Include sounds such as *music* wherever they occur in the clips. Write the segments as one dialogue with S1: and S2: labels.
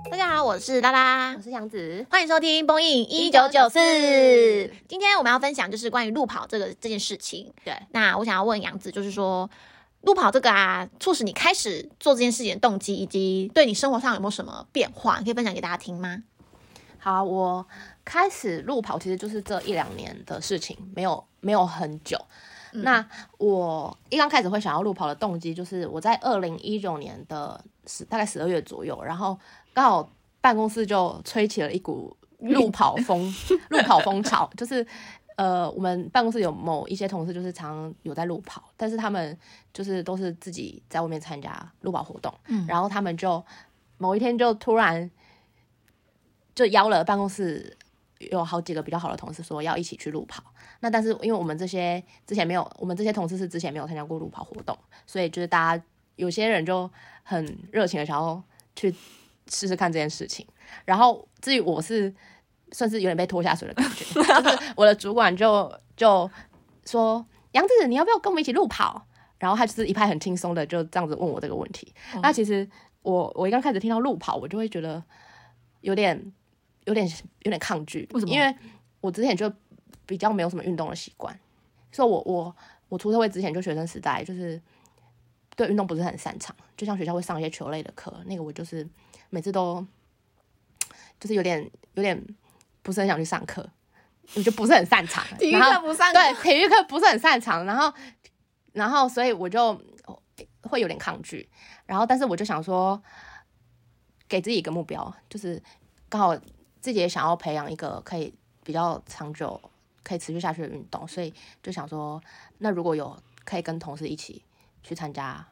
S1: 我是拉拉
S2: 我，是杨子，
S1: 欢迎收听《播映一九九四》。今天我们要分享就是关于路跑这个这件事情。
S2: 对，
S1: 那我想要问杨子，就是说路跑这个啊，促使你开始做这件事情的动机，以及对你生活上有没有什么变化，你可以分享给大家听吗？
S2: 好，我开始路跑其实就是这一两年的事情，没有没有很久。那我一刚开始会想要路跑的动机，就是我在二零一九年的十大概十二月左右，然后刚好办公室就吹起了一股路跑风，路跑风潮，就是呃，我们办公室有某一些同事就是常有在路跑，但是他们就是都是自己在外面参加路跑活动，然后他们就某一天就突然就邀了办公室有好几个比较好的同事说要一起去路跑。那但是因为我们这些之前没有，我们这些同事是之前没有参加过路跑活动，所以就是大家有些人就很热情的想要去试试看这件事情。然后至于我是算是有点被拖下水的感觉，就是我的主管就就说杨子你要不要跟我们一起路跑？然后他就是一派很轻松的就这样子问我这个问题。
S3: 哦
S2: 那其实我我一刚开始听到路跑，我就会觉得有点有点有点抗拒，
S3: 为什么
S2: 因为我之前就比较没有什么运动的习惯，所以我我我出社会之前就学生时代就是对运动不是很擅长，就像学校会上一些球类的课，那个我就是每次都就是有点有点不是很想去上课，我就不是很擅长。然后
S1: 不上
S2: 对，体育课不是很擅长，然后然后所以我就会有点抗拒，然后但是我就想说，给自己一个目标，就是刚好自己也想要培养一个可以比较长久、可以持续下去的运动，所以就想说，那如果有可以跟同事一起去参加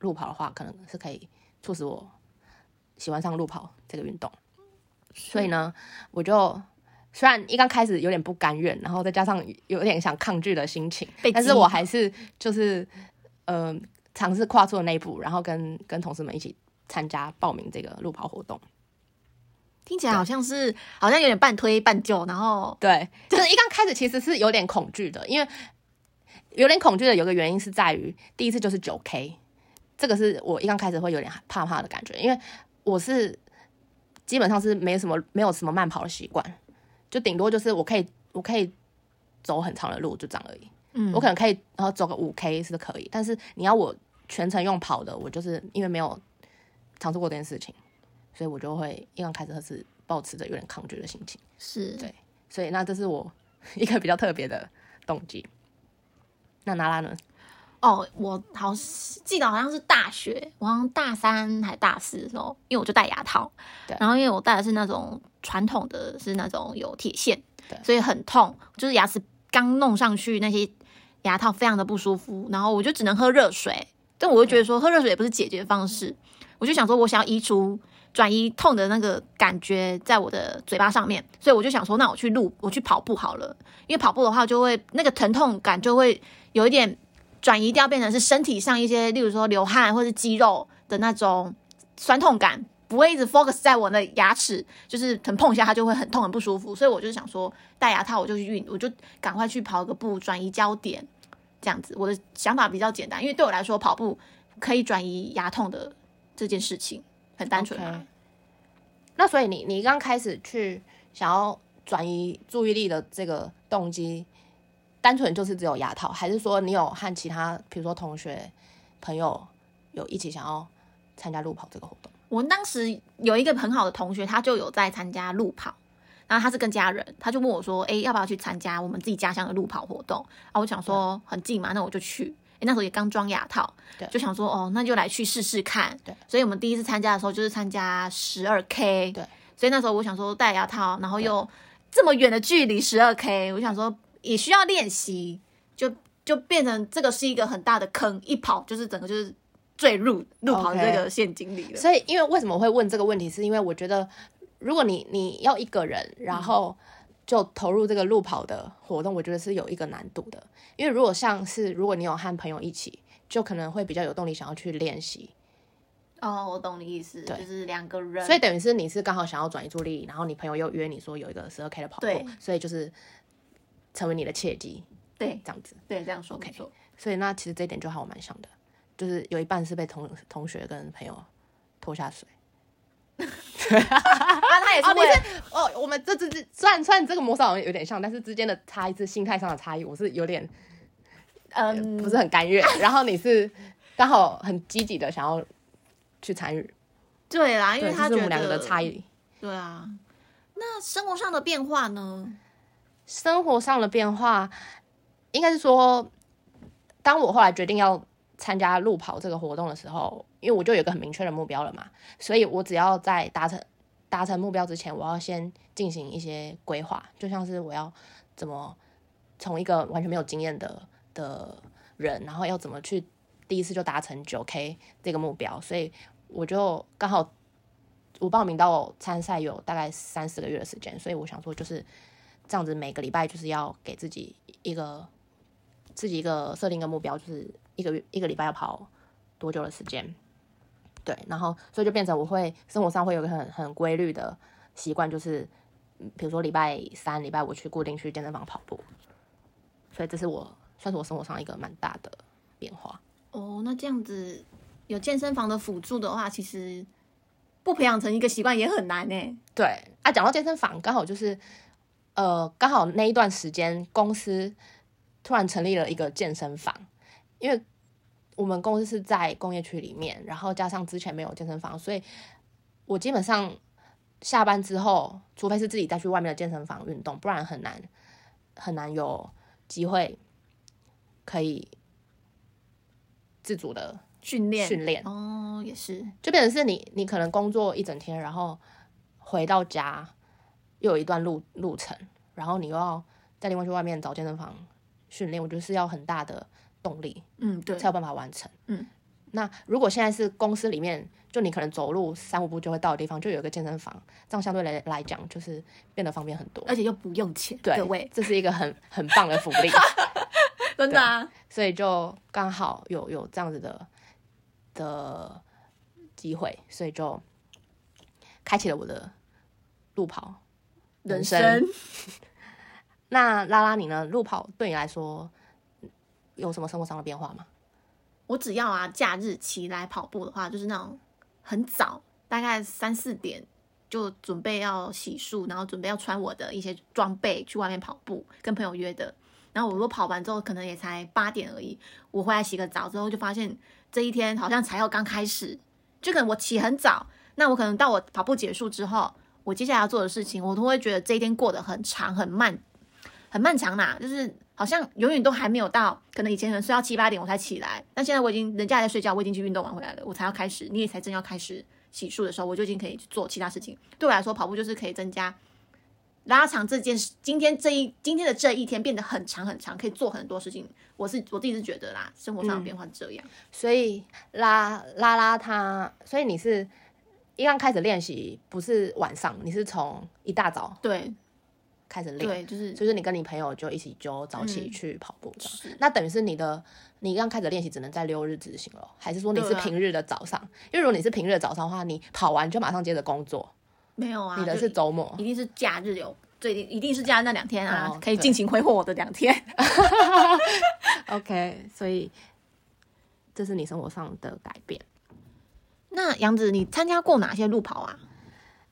S2: 路跑的话，可能是可以促使我喜欢上路跑这个运动。所以呢，我就虽然一刚开始有点不甘愿，然后再加上有点想抗拒的心情
S3: 被，
S2: 但
S3: 激
S2: 是
S3: 怒
S2: 我还是就是呃尝试跨出了那一步，然后跟跟同事们一起参加报名这个路跑活动。
S1: 听起来好像是好像有点半推半就，然后
S2: 对，就是一刚开始其实是有点恐惧的，因为有点恐惧的有个原因是在于第一次就是九 K，这个是我一刚开始会有点怕怕的感觉，因为我是基本上是没什么没有什么慢跑的习惯，就顶多就是我可以我可以走很长的路就这样而已，
S1: 嗯
S2: 我可能可以然后走个五 K 是可以，但是你要我全程用跑的，我就是因为没有尝试过这件事情，所以我就会一刚开始是保持着有点抗拒的心情。
S1: 是
S2: 对所以那这是我 *laughs* 一个比较特别的动机。那娜拉呢？
S1: 哦，我好像记得好像是大学，我好像大三还大四的时候，因为我就戴牙套，
S2: 对
S1: 然后因为我戴的是那种传统的，是那种有铁线，
S2: 对
S1: 所以很痛，就是牙齿刚弄上去那些牙套非常的不舒服，然后我就只能喝热水，但我就觉得说喝热水也不是解决方式，我就想说我想要移除。转移痛的那个感觉在我的嘴巴上面，所以我就想说，那我去路，我去跑步好了，因为跑步的话就会那个疼痛感就会有一点转移掉，变成是身体上一些，例如说流汗或是肌肉的那种酸痛感，不会一直 focus 在我的牙齿，就是疼碰一下它就会很痛很不舒服。所以我就是想说，戴牙套我就去运，我就赶快去跑个步，转移焦点，这样子。我的想法比较简单，因为对我来说跑步可以转移牙痛的这件事情很单纯啊。
S2: OK 那所以你你刚开始去想要转移注意力的这个动机，单纯就是只有牙套，还是说你有和其他比如说同学、朋友有一起想要参加路跑这个活动？
S1: 我当时有一个很好的同学，他就有在参加路跑，然后他是跟家人，他就问我说：“诶，要不要去参加我们自己家乡的路跑活动？”啊，我想说很近嘛，那我就去。诶，那时候也刚装牙套
S2: 对，
S1: 就想说哦，那就来去试试看。
S2: 对，
S1: 所以我们第一次参加的时候就是参加十二 K。
S2: 对，
S1: 所以那时候我想说戴牙套，然后又这么远的距离十二 K，我想说也需要练习，就就变成这个是一个很大的坑，一跑就是整个就是坠入路跑的
S2: OK
S1: 这个陷阱里了。
S2: 所以，因为为什么会问这个问题，是因为我觉得，如果你你要一个人，然后就投入这个路跑的活动，我觉得是有一个难度的。因为如果像是如果你有和朋友一起，就可能会比较有动力想要去练习。
S1: 哦，我懂你意思，
S2: 对
S1: 就是两个人，
S2: 所以等于是你是刚好想要转移注意力，然后你朋友又约你说有一个十二 K 的跑
S1: 对
S2: 步，所以就是成为你的切记
S1: 对
S2: 这样子。
S1: 对，这样说没错。
S2: 所以那其实这一点就和我蛮像的，就是有一半是被同同学跟朋友拖下水。
S1: 啊，他也是
S2: 哦，你
S1: 为了、
S2: 是哦，我们这这这虽然虽然这个魔法好像有点像，但是之间的差异是心态上的差异，我是有点
S1: 嗯，
S2: 呃不是很甘
S1: *laughs*
S2: 愿，然后你是刚好很积极的想要去参与，
S1: 对啦，因
S2: 对，
S1: 为
S2: 这
S1: 他觉
S2: 是
S1: 得
S2: 我们两个的差异。
S1: 对啊，那生活上的变化呢？
S2: 生活上的变化，应该是说，当我后来决定要参加路跑这个活动的时候，因为我就有一个很明确的目标了嘛，所以我只要在达成达成目标之前，我要先进行一些规划，就像是我要怎么从一个完全没有经验的的人，然后要怎么去第一次就达成九 K 这个目标，所以我就刚好。我报名到参赛有大概三四个月的时间，所以我想说，就是这样子每个礼拜就是要给自己一个自己一个设定一个目标，就是一个月一个礼拜要跑多久的时间。对，然后所以就变成我会生活上会有一个很很规律的习惯，就是嗯比如说礼拜三、礼拜五去固定去健身房跑步。所以这是我算是我生活上一个蛮大的变化。
S1: 哦，那这样子有健身房的辅助的话，其实不培养成一个习惯也很难呢、欸
S2: 对啊，讲到健身房，刚好就是呃，刚好那一段时间，公司突然成立了一个健身房，因为我们公司是在工业区里面，然后加上之前没有健身房，所以我基本上下班之后，除非是自己再去外面的健身房运动，不然很难很难有机会可以自主的
S1: 训练
S2: 训练。
S1: 哦，也是
S2: 就变成是你，你可能工作一整天，然后回到家又有一段路路程，然后你又要再另外去外面找健身房训练，我觉得是要很大的动力
S1: 嗯，对
S2: 才有办法完成。
S1: 嗯，
S2: 那如果现在是公司里面，就你可能走路三五步就会到的地方，就有一个健身房，这样相对来来讲就是变得方便很多。
S1: 而且又不用钱，
S2: 对
S1: 各位，
S2: 这是一个很很棒的福利，
S1: 真的啊，
S2: 所以就刚好有有这样子的的机会，所以就开启了我的路跑。
S1: 人
S2: 人
S1: 生
S2: 那拉拉你呢？路跑对你来说有什么生活上的变化吗？
S1: 我只要啊，假日起来跑步的话，就是那种很早，大概三四点就准备要洗漱，然后准备要穿我的一些装备去外面跑步，跟朋友约的。然后我如果跑完之后，可能也才八点而已，我回来洗个澡之后，就发现这一天好像才要刚开始。就可能我起很早，那我可能到我跑步结束之后，我接下来要做的事情，我都会觉得这一天过得很长很慢，很漫长啦，就是好像永远都还没有到，可能以前可能睡到七八点我才起来，但现在我已经人家还在睡觉，我已经去运动完回来了，我才要开始，你也才正要开始洗漱的时候，我就已经可以去做其他事情。对我来说，跑步就是可以增加拉长这件事，今天这一今天的这一天变得很长很长，可以做很多事情。我是我自己是觉得啦，生活上的变化是这样，
S2: 所以拉拉拉他，所以你是一刚开始练习，不是晚上，你是从一大早
S1: 对
S2: 开始练，
S1: 对，就是
S2: 就是你跟你朋友就一起就早起去跑步这样。
S1: 是
S2: 那嗯等于是你的，你刚开始练习只能在六日执行了，还是说你是
S1: 对啊
S2: 平日的早上？因为如果你是平日的早上的话，你跑完就马上接着工作，
S1: 没有啊，
S2: 你的
S1: 就是
S2: 周末。
S1: 一定是假日有。最一定是假日那两天啊，
S2: 哦
S1: 可以
S2: 对
S1: 尽情挥霍我的两天。 *laughs*
S2: OK，所以这是你生活上的改变。
S1: 那杨子，你参加过哪些路跑啊？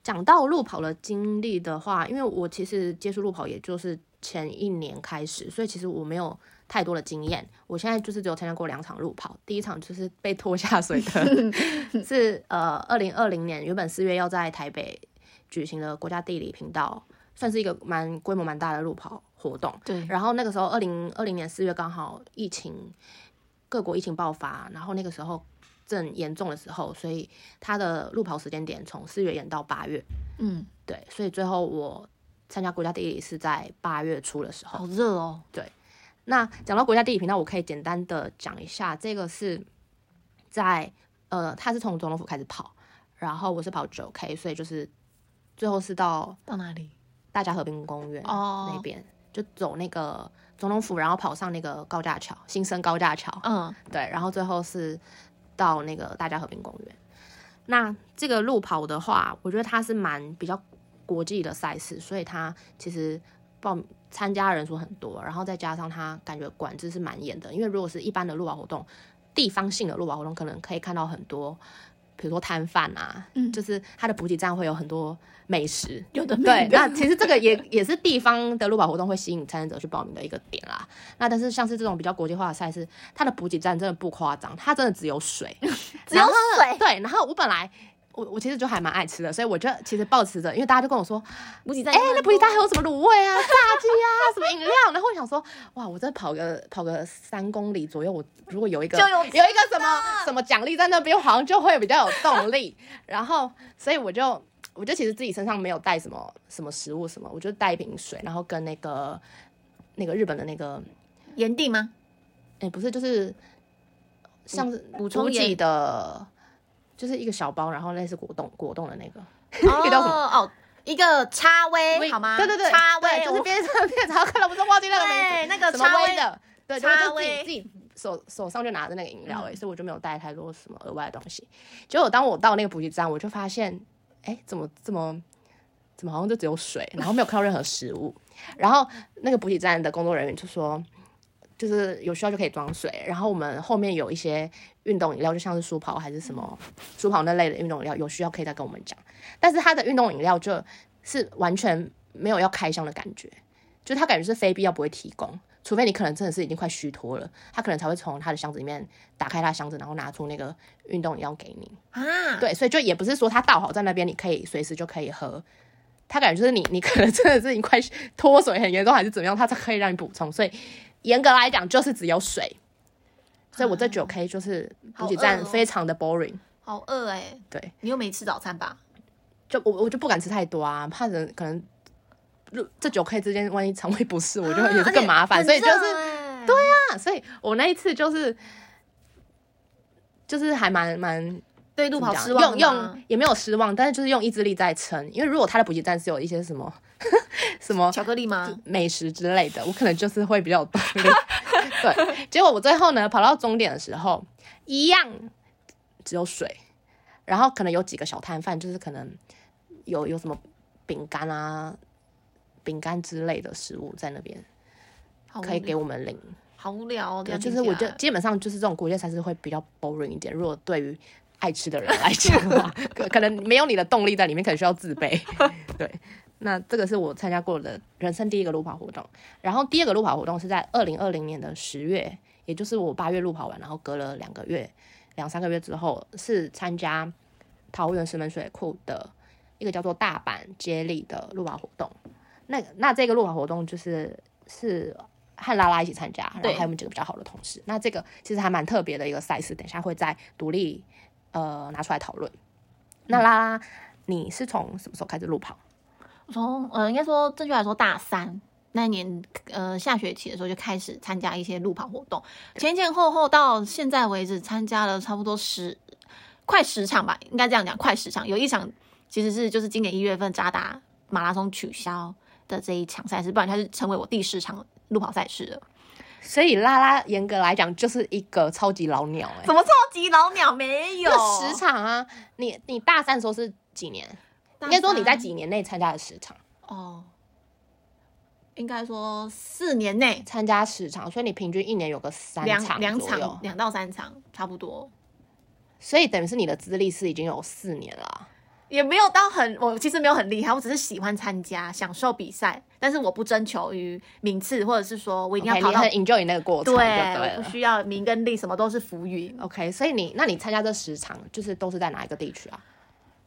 S2: 讲到路跑的经历的话，因为我其实接触路跑也就是前一年开始，所以其实我没有太多的经验。我现在就是只有参加过两场路跑，第一场就是被拖下水的，是呃二零二零年原本四月要在台北举行的国家地理频道，算是一个蛮规模蛮大的路跑活动。
S1: 对，
S2: 然后那个时候，二零二零年四月刚好疫情，各国疫情爆发，然后那个时候正严重的时候，所以它的路跑时间点从四月延到八月。
S1: 嗯，
S2: 对，所以最后我参加国家地理是在八月初的时候。
S1: 好热哦。
S2: 那讲到国家地理频道，我可以简单的讲一下，这个是在呃，它是从总统府开始跑，然后我是跑九 K，所以就是最后是到
S1: 到哪里？
S2: 大家和平公园
S1: 哦
S2: 那边，就走那个总统府，然后跑上那个高架桥，新生高架桥，
S1: 嗯，
S2: 对，然后最后是到那个大家和平公园。那这个路跑的话，我觉得它是蛮比较国际的赛事，所以它其实报参加人数很多，然后再加上它感觉管制是蛮严的，因为如果是一般的路跑活动，地方性的路跑活动，可能可以看到很多比如说摊贩啊，就是它的补给站会有很多美食。
S1: 有的
S2: 对
S1: 没，的
S2: 那其实这个也也是地方的路跑活动会吸引参与者去报名的一个点啦。那但是像是这种比较国际化的赛事，它的补给站真的不夸张，它真的只有水，
S1: *laughs* 只有水，
S2: 对，然后我本来我我其实就还蛮爱吃的，所以我就其实抱持着，因为大家就跟我说，
S1: 补给站
S2: 哎、
S1: 有很多，
S2: 那补给站还有什么卤味啊、炸鸡啊、 *laughs* 什么饮料，然后我想说，哇，我这跑个跑个三公里左右，我如果有一个
S1: 就有
S2: 有一个什么什么奖励在那边，我好像就会比较有动力。然后，所以我就我就其实自己身上没有带什么什么食物什么，我就带一瓶水，然后跟那个那个日本的那个，
S1: 盐地
S2: *laughs*
S1: 吗？
S2: 哎、不是就是像是
S1: 嗯补充
S2: 补给
S1: 盐
S2: 的。就是一个小包，然后类似果冻果冻的那个，
S1: 哦
S2: 个叫什么
S1: 哦，一个叉威哎好吗？
S2: 对对对，
S1: 叉威
S2: 对就是
S1: 我
S2: 边上边，然后看到我都忘记那个名字，
S1: 对那个
S2: 什么
S1: 叉
S2: 威
S1: 威，
S2: 的，对，就
S1: 叉嗯
S2: 是自己
S1: 威
S2: 自己手手上就拿着那个饮料而已，所以我就没有带太多什么额外的东西。结果当我到那个补给站，我就发现，哎，怎么这么怎么好像就只有水，然后没有看到任何食物。然后那个补给站的工作人员就说，就是有需要就可以装水。然后我们后面有一些运动饮料，就像是舒跑还是什么舒跑那类的运动饮料，有需要可以再跟我们讲。但是它的运动饮料就是完全没有要开箱的感觉，就它感觉是非必要不会提供。除非你可能真的是已经快虚脱了，他可能才会从他的箱子里面打开他的箱子，然后拿出那个运动饮料给你。
S1: 啊，
S2: 对，所以就也不是说它倒好在那边，你可以随时就可以喝。它感觉就是你，你 *laughs* 可能真的是已经快脱水很严重，还是怎么样，它才可以让你补充。所以严格来讲，就是只有水。所以我这九 K 就是补给
S1: 啊好
S2: 站
S1: 饿哦
S2: 非常的 boring，、
S1: 好饿哎、
S2: 对，
S1: 你又没吃早餐吧？
S2: 就我我就不敢吃太多啊，怕人可能如这九 K 之间万一肠胃不适，
S1: 啊
S2: 我就也是更麻烦，所以就是
S1: 对呀、
S2: 啊，所以我那一次就是就是还蛮蛮
S1: 对路跑
S2: 怎么讲
S1: 失望
S2: 用
S1: 了吗
S2: 用也没有失望，但是就是用意志力在撑。因为如果他的补给站是有一些什么 *laughs* 什么
S1: 巧克力吗？
S2: 美食之类的，我可能就是会比较有动力。 *laughs* 对，结果我最后呢跑到终点的时候，一样只有水，然后可能有几个小摊贩，就是可能有有什么饼干啊、饼干之类的食物在那边
S1: 好无
S2: 可以给
S1: 聊
S2: 我们领。
S1: 好无聊哦，这
S2: 对，
S1: 样
S2: 就
S1: 听
S2: 是
S1: 起
S2: 我
S1: 来
S2: 觉得基本上就是这种国际赛事会比较 boring 一点。如果对于爱吃的人来讲
S1: *laughs*
S2: 的话，可可能没有你的动力在里面，可能需要自卑。 *laughs* 对，那这个是我参加过的人生第一个路跑活动。然后第二个路跑活动是在二零二零年的十月，也就是我八月路跑完，然后隔了两个月、两三个月之后，是参加桃园石门水库的一个叫做大阪接力的路跑活动。那那这个路跑活动就是是和拉拉一起参加，然
S1: 对
S2: 后还有我们几个比较好的同事。那这个其实还蛮特别的一个赛事，等一下会再独立呃拿出来讨论。那拉拉，你是从什么时候开始路跑？
S1: 我从呃，应该说正确来说，大三那一年呃下学期的时候就开始参加一些路跑活动，前前后后到现在为止，参加了差不多十快十场吧，应该这样讲，快十场。有一场其实是就是今年一月份渣打马拉松取消的这一场赛事，不然它是成为我第十场路跑赛事了。
S2: 所以拉拉严格来讲就是一个超级老鸟哎、欸，
S1: 怎么超级老鸟没有
S2: 那十场啊，你你大三的时候是几年？应该说你在几年内参加了十场，
S1: 哦，应该说四年内
S2: 参加十场，所以你平均一年有个三
S1: 两
S2: 场
S1: 两
S2: 左右
S1: 场，两到三场差不多。
S2: 所以等于是你的资历是已经有四年了啊。
S1: 也没有到很，我其实没有很厉害，我只是喜欢参加，享受比赛，但是我不征求于名次，或者是说我一定
S2: OK，
S1: 要
S2: 你
S1: 跑到
S2: 很 enjoy 你那个过程
S1: 对，
S2: 就对
S1: 我不
S2: 了。
S1: 需要名跟利，什么都是浮云。
S2: OK，所以你那你参加这十场就是都是在哪一个地区啊？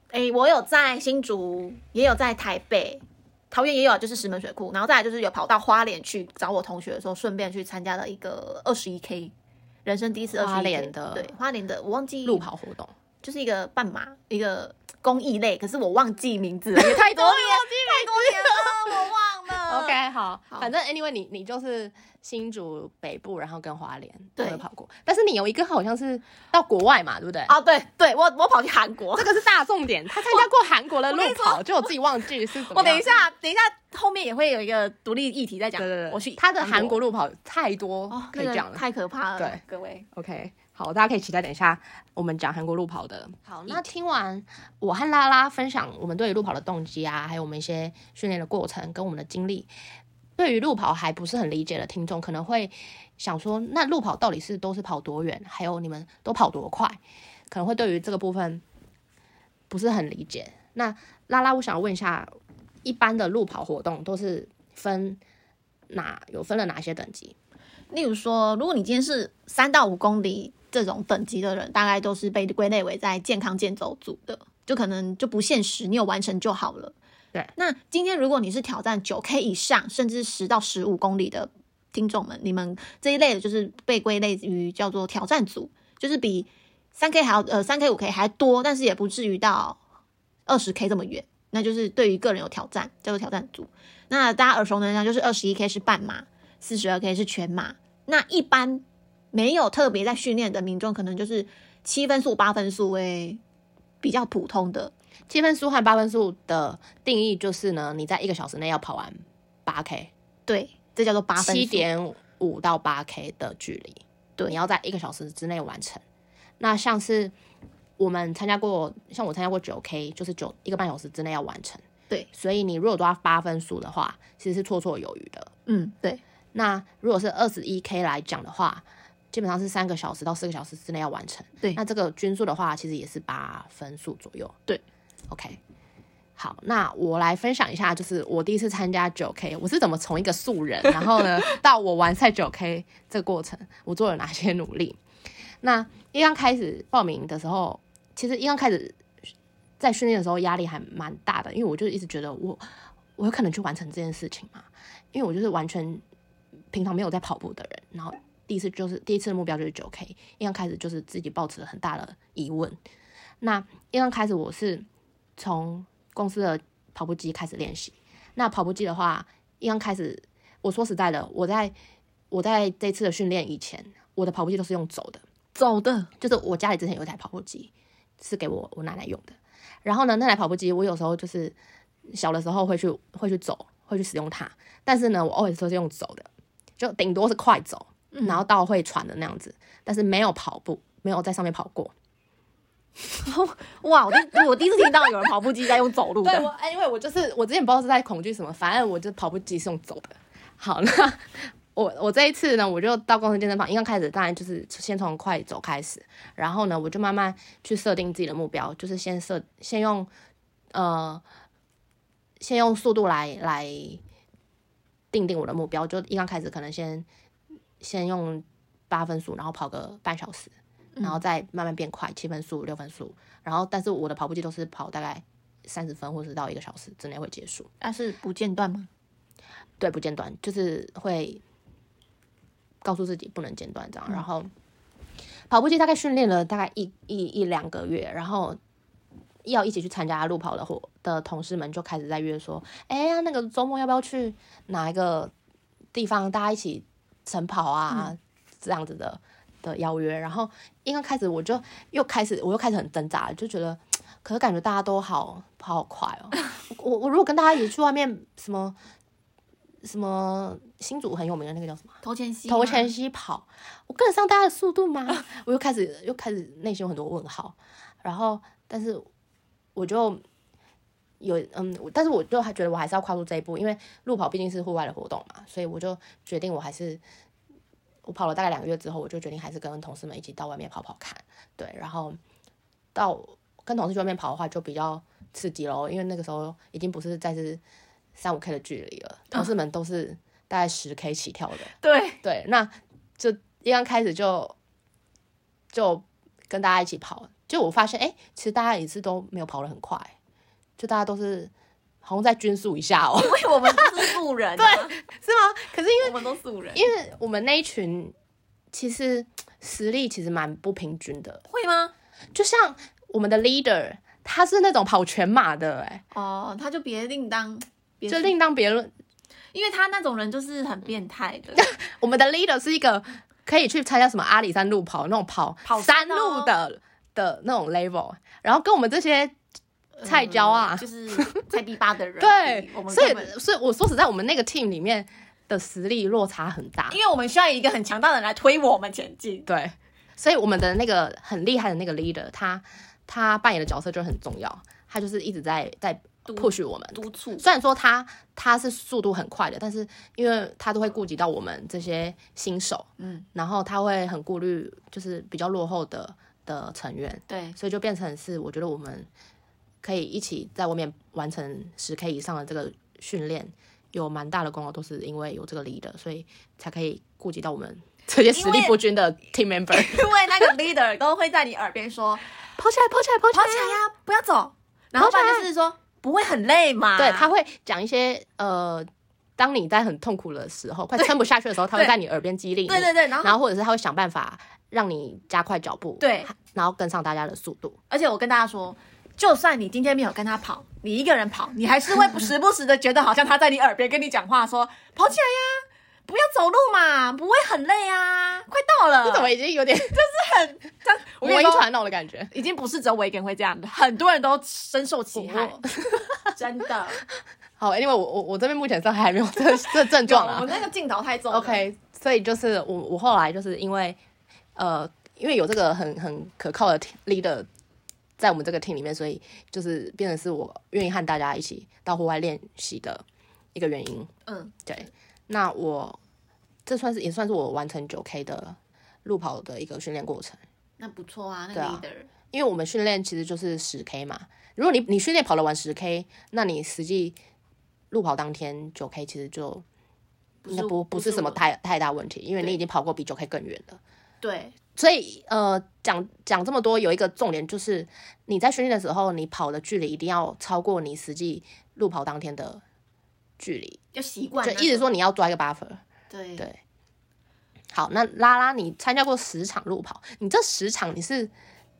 S1: 诶，哎我有在新竹，也有在台北，桃园也有，就是石门水库，然后再来就是有跑到花莲去找我同学的时候，顺便去参加了一个二十一 K，人生第一次二十一 K，
S2: 花莲的
S1: 对花莲的，我忘记
S2: 路跑活动，
S1: 就是一个半马，一个公益类，可是我忘记名字了，也 *laughs* 太多年，太多年了，我忘了。
S2: OK，好，
S1: 呃好
S2: 反正 anyway，你你就是新竹北部，然后跟花莲都
S1: 对
S2: 有跑过，但是你有一个好像是到国外嘛，对不对？
S1: 啊，对对，我我跑去韩国
S2: 哦这。个是大重点，他参加过韩国的路
S1: 我跟你
S2: 跑，就我自己忘记是怎么样。
S1: 我等一下，等一下，后面也会有一个独立议题再讲。
S2: 对，对对，
S1: 我去
S2: 他的韩国路跑太多
S1: 哦，
S2: 可以
S1: 那个
S2: 讲了。
S1: 太可怕了，
S2: 对，
S1: 各位。
S2: OK，好，大家可以期待等一下我们讲韩国路跑的。
S1: 好
S2: 那听完我和拉拉分享我们对于路跑的动机啊，还有我们一些训练的过程跟我们的经历，对于路跑还不是很理解的听众，可能会想说，那路跑到底是都是跑多远，还有你们都跑多快，可能会对于这个部分不是很理解。那拉拉，我想问一下，一般的路跑活动都是分哪有分了哪些等级？
S1: 例如说，如果你今天是三到五公里这种等级的人，大概都是被归类为在健康健走组的，就可能就不限时，你有完成就好了。
S2: 对，
S1: 那今天如果你是挑战九 K 以上，甚至十到十五公里的听众们，你们这一类的就是被归类于叫做挑战组，就是比三 K 还要呃三 K 五 K 还多，但是也不至于到二十 K 这么远，那就是对于个人有挑战，叫做挑战组。那大家耳熟能详就是二十一 K 是半马，四十二 K 是全马。那一般没有特别在训练的民众，可能就是七分速、八分速为比较普通的。
S2: 七分速和八分速的定义就是呢，你在一个小时内要跑完八 K，
S1: 对，这叫做八分速
S2: 七点五到八 K 的距离，
S1: 对
S2: 你要在一个小时之内完成。那像是我们参加过，像我参加过九 K，就是九一个半小时之内要完成。
S1: 对，
S2: 所以你如果抓八分数的话，其实是绰绰有余的。
S1: 嗯，对，
S2: 那如果是二十一 K 来讲的话，基本上是三个小时到四个小时之内要完成。
S1: 对
S2: 那这个均速的话，其实也是八分数左右。
S1: 对
S2: ，OK。好，那我来分享一下，就是我第一次参加九 K，我是怎么从一个素人，然后呢到我完赛九 K 这个过程，我做了哪些努力。那一刚开始报名的时候，其实一刚开始在训练的时候压力还蛮大的，因为我就一直觉得我我有可能去完成这件事情嘛，因为我就是完全平常没有在跑步的人，然后第一次就是第一次的目标就是九 K，一刚开始就是自己抱持了很大的疑问。那一刚开始我是从公司的跑步机开始练习。那跑步机的话，一刚开始我说实在的，我在我在这次的训练以前，我的跑步机都是用走的，
S1: 走的，
S2: 就是我家里之前有一台跑步机，是给我我奶奶用的。然后呢，那台跑步机我有时候就是小的时候会去会去走，会去使用它，但是呢，我偶尔都是用走的，就顶多是快走，然后到会喘的那样子，但是没有跑步，没有在上面跑过。
S1: 哇！我第 *laughs* 我第一次听到有人跑步机在用走路
S2: 对我
S1: 的，
S2: 哎，因为我就是我之前不知道是在恐惧什么，反正我就跑步机是用走的。好， *laughs* 那我我这一次呢，我就到公司健身房，一刚开始当然就是先从快走开始，然后呢，我就慢慢去设定自己的目标，就是先设先用呃先用速度来来定定我的目标，就一刚开始可能先先用八分速，然后跑个半小时。然后再慢慢变快，七分速、六分速，然后但是我的跑步机都是跑大概三十分或是到一个小时之内会结束，
S1: 那是不间断吗？
S2: 对，不间断，就是会告诉自己不能间断这样。然后跑步机大概训练了大概一一一两个月，然后要一起去参加路跑的伙的同事们就开始在约说，哎呀，那个周末要不要去哪一个地方，大家一起晨跑啊、这样子的的邀约。然后一刚开始我就又开始我又开始很挣扎了，就觉得。可是感觉大家都好好快哦，我我我如果跟大家一起去外面什么什么新竹很有名的那个叫什么
S1: 头前膝，
S2: 头前，溪跑，我跟得上大家的速度吗？我又开始又开始内心有很多问号，然后但是我就有嗯，我但是我就还觉得我还是要跨出这一步，因为路跑毕竟是户外的活动嘛，所以我就决定我还是我跑了大概两个月之后，我就决定还是跟同事们一起到外面跑跑看，对，然后到跟同事去外面跑的话就比较刺激咯，因为那个时候已经不是再是三五 K 的距离了，同事们都是大概十 K 起跳的。
S1: 对，
S2: 对，那就一刚开始就就跟大家一起跑，就我发现，哎、其实大家也是都没有跑得很快，就大家都是好像在均速以下
S1: *laughs*
S2: 哦，*laughs*
S1: 因为我们都是素人、啊，对，
S2: 是吗？可是因为
S1: 我们都素人，
S2: 因为我们那一群其实实力其实蛮不平均的，
S1: 会吗？
S2: 就像我们的 leader。他是那种跑全马的、诶
S1: 哦，他就别另当，别
S2: 就另当别论。
S1: 因为他那种人就是很变态的，
S2: 我们的 leader 是一个可以去参加什么阿里山路跑那种跑
S1: 跑
S2: 山
S1: 山哦
S2: 路的的那种 level，然后跟我们这些 *laughs* 菜椒啊，
S1: 呃就是菜地八的人
S2: *laughs* 对
S1: 我，们
S2: 所
S1: 根
S2: 以
S1: 本
S2: 所以我说实在，我们那个 team 里面的实力落差很大
S1: 因，为我们需要一个很强大的人来推我们前进。
S2: 对，所以我们的那个很厉害的那个 leader，他他扮演的角色就很重要，他就是一直在在
S1: 督
S2: push 我们。
S1: 督促，
S2: 虽然说他他是速度很快的，但是因为他都会顾及到我们这些新手，
S1: 嗯，
S2: 然后他会很顾虑就是比较落后的的成员，
S1: 对，
S2: 所以就变成是我觉得我们可以一起在外面完成十 K 以上的这个训练，有蛮大的功劳，都是因为有这个 leader，所以才可以顾及到我们 *laughs* 这些实力不均的 team member。
S1: 因为那个 leader 都会在你耳边说
S2: 跑起来，跑起来，跑
S1: 哎跑起来呀、不要走。然后
S2: 跑起来
S1: 爸就是说不会很累嘛，
S2: *laughs* 对，他会讲一些呃，当你在很痛苦的时候，快撑不下去
S1: *laughs*
S2: 的时候，他会在你耳边激励你。
S1: 对对对，然后
S2: 然后或者是他会想办法让你加快脚步，
S1: 对，
S2: 然后跟上大家的速度。
S1: 而且我跟大家说，就算你今天没有跟他跑，你一个人跑，你还是会不时不时的觉得好像他在你耳边跟你讲话说，跑起来呀、不要走路嘛，不会很累啊，快到了。
S2: 这怎么已经有点
S1: 但我
S2: 我
S1: 跟
S2: 一
S1: 你说，
S2: 传脑的感觉？
S1: 已经不是只有我一个人会这样的，很多人都深受其害
S2: 我，
S1: *laughs* 真的。
S2: 好，anyway，我我我这边目前是还没有这这症状
S1: 我
S2: 啊
S1: 们。那个镜头太重了
S2: OK，所以就是我我后来就是因为呃，因为有这个很很可靠的 team leader 在我们这个 team 里面，所以就是变成是我愿意和大家一起到户外练习的一个原因。
S1: 嗯，
S2: 对，那我这算是也算是我完成九 K 的路跑的一个训练过程。
S1: 那不错啊，那个
S2: 对啊
S1: leader。
S2: 因为我们训练其实就是十 K 嘛。如果你你训练跑了完十 K，那你实际路跑当天九 K 其实就
S1: 不
S2: 应
S1: 是
S2: 该
S1: 不
S2: 不不
S1: 是
S2: 是什么
S1: 我
S2: 太太大问题，因为你
S1: 对
S2: 已经跑过比九 K 更远了。
S1: 对，
S2: 所以呃，讲讲这么多，有一个重点就是你在训练的时候，你跑的距离一定要超过你实际路跑当天的距离，
S1: 就习惯
S2: 就
S1: 那个。
S2: 一直说你要抓一个 buffer。
S1: 对
S2: 对好，那拉拉，你参加过十场路跑，你这十场你是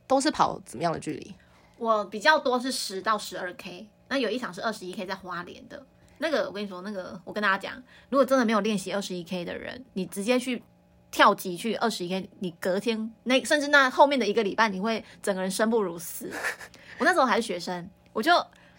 S2: 都是跑怎么样的距离？
S1: 我比较多是十到十二 K，那有一场是二十一 K 在花莲的。那个我跟你说，那个我跟大家讲，如果真的没有练习二十一 K 的人，你直接去跳级去二十一 K，你隔天那甚至那后面的一个礼拜，你会整个人生不如死。我那时候还是学生，我就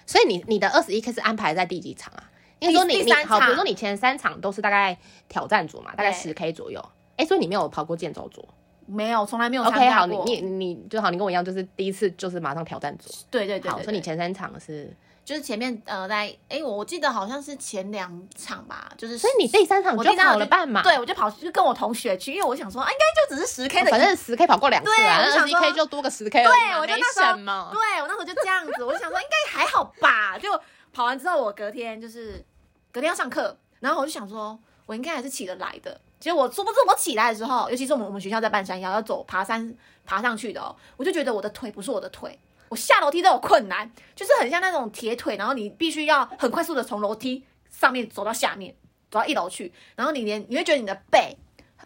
S2: 所以你你的二十一 K 是安排在第几场啊？应该说
S1: 第
S2: 你
S1: 第
S2: 你
S1: 三
S2: 好，比如
S1: 场
S2: 说你前三场都是大概挑战组嘛，大概
S1: 对
S2: 十 K 左右。哎、所以你没有跑过健走组
S1: 没有从来没有参
S2: ？OK，
S1: 加
S2: 好，
S1: 过。
S2: 你你你就好，你跟我一样，就是第一次就是马上挑战组。
S1: 对对对
S2: 好，
S1: 对
S2: 所
S1: 对
S2: 以你前三场是，
S1: 就是前面呃在哎，我我记得好像是前两场吧，就是
S2: 所以你第三场
S1: 我
S2: 就
S1: 第三场
S2: 跑了
S1: 就
S2: 半马，哦
S1: 对我就跑去跟我同学去，因为我想说啊，应该就只是十 K 的一
S2: 反正十 K 跑过两次啊，
S1: 对我
S2: 那
S1: 想
S2: 二十一
S1: 说
S2: K 就多个十 K 而已
S1: 对，
S2: 嘛，
S1: 我就嗯
S2: 没
S1: 那时
S2: 什
S1: 候，
S2: 么。
S1: 对我那时候就这样子，我就想说应该还好
S2: *laughs*
S1: 吧。就跑完之后，我隔天就是隔天要上课，然后我就想说，我应该还是起得来的。结果我殊不知我起来的时候，尤其是我们我们学校在半山腰要走爬山爬上去的哦，我就觉得我的腿不是我的腿，我下楼梯都有困难，就是很像那种铁腿，然后你必须要很快速的从楼梯上面走到下面，走到一楼去，然后你连你会觉得你的背。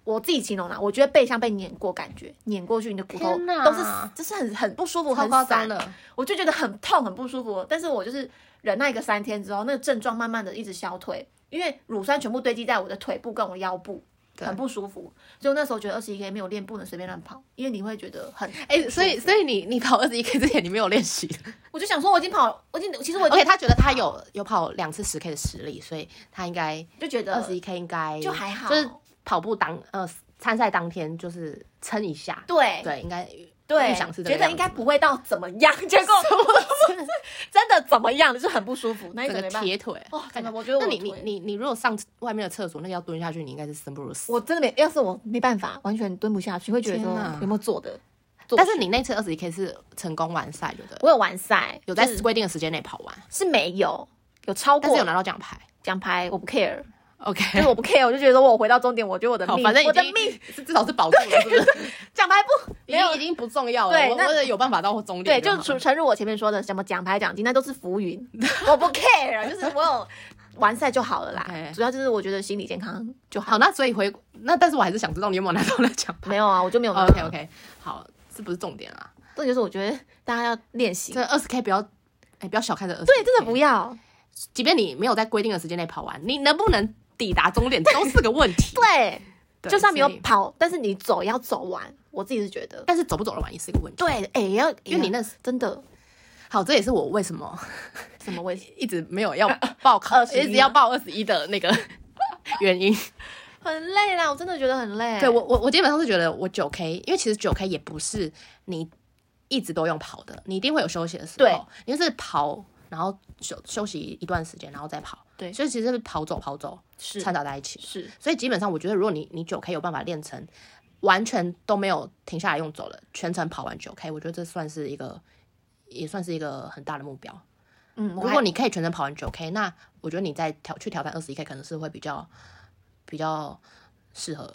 S1: 我自己形容啦，我觉得背像被碾过，感觉碾过去，你的骨头
S2: 天哪
S1: 都是就是很很不舒服，
S2: 超
S1: 很
S2: 夸
S1: 散
S2: 张的，
S1: 我就觉得很痛，很不舒服。但是我就是忍耐个三天之后，那个症状慢慢的一直消退，因为乳酸全部堆积在我的腿部跟我腰部，
S2: 对
S1: 很不舒服。所以我那时候觉得二十一 K 没有练不能随便乱跑，因为你会觉得很
S2: 哎、所以所以你你跑二十一 K 之前你没有练习
S1: 我就想说我已经跑，我已经其实我已经
S2: ，OK，他觉得他有有跑两次十 K 的实力，所以他应该
S1: 就觉得
S2: 二十一 K 应该
S1: 呃就还好，
S2: 就是跑步当呃参赛当天就是撑一下，
S1: 对
S2: 对，应该
S1: 对，
S2: 预想是这个
S1: 觉得
S2: 样
S1: 应
S2: 子
S1: 该不会到怎么样， *laughs* 结果 *laughs* 真的怎么样，就是很不舒服，那一
S2: 整
S1: 整
S2: 个
S1: 没办法。
S2: 铁腿。
S1: 哦，真的，我觉得我
S2: 那你你
S1: 腿
S2: 你你如果上外面的厕所，那个要蹲下去，你应该是生不如死。
S1: 我真的没，要是我没办法，完全蹲不下去，会觉得说
S2: 天哪
S1: 有没有做的？做
S2: 但是你那次二十一 K 是成功完赛，对不对？
S1: 我有完赛，
S2: 有在
S1: 就是
S2: 规定的时间内跑完，
S1: 是没有，有超
S2: 但是有
S1: 过
S2: 拿到奖牌。
S1: 奖牌，我不 care，就
S2: OK，
S1: 是我不 care，我就觉得我回到终点，我觉得我的
S2: 好，
S1: 命，
S2: 反正已
S1: 我的
S2: 经
S1: 命
S2: 是至少是保住了，是 *laughs* 不是？
S1: 奖牌不
S2: 已
S1: 没有
S2: 经已经不重要了。
S1: 对
S2: 我
S1: 那
S2: 我得有办法到终
S1: 对，
S2: 点
S1: 就
S2: 好了。
S1: 诚诚如我前面说的，什么奖牌奖金那都是浮云， *laughs* 我不 care，就是我有完赛就好了啦
S2: *laughs* OK
S1: 主要就是我觉得心理健康就好。
S2: 好，那所以回那，但是我还是想知道你有没有拿到那奖牌。
S1: 没有啊，我就没有拿。
S2: OK OK，好，这不是重点啦。
S1: 这就是我觉得大家要练习，
S2: 这二十 K 不要，哎，不要小看这二十。
S1: 对，真的不要。
S2: 即便你没有在规定的时间内跑完，你能不能抵达终点都是个问题。
S1: 对，
S2: *laughs* 对
S1: 就算没有
S2: 所以
S1: 跑，但是你走要走完，我自己是觉得，
S2: 但是走不走得完也是一个问题。
S1: 对，哎、要
S2: 因为你那
S1: 真的
S2: 好，这也是我为什么
S1: 什么问题，
S2: 一直没有 *laughs* 要报考，
S1: 21
S2: 一直要报二十一的那 *laughs* 个原因。
S1: 很累啦，我真的觉得很累。
S2: 对我，我我基本上是觉得我九 K，因为其实九 K 也不是你一直都用跑的，你一定会有休息的时
S1: 对
S2: 候。你就是跑，然后休休息一段时间，然后再跑。
S1: 对
S2: 所以其实是跑走跑走
S1: 是
S2: 掺杂在一起。
S1: 是，
S2: 所以基本上，我觉得如果你你九 K 有办法练成完全都没有停下来用走了，全程跑完九 K，我觉得这算是一个也算是一个很大的目标。
S1: 嗯，我
S2: 如
S1: 还
S2: 果你可以全程跑完九 K，那我觉得你再挑去挑战二十一 K 可能是会比较比较适合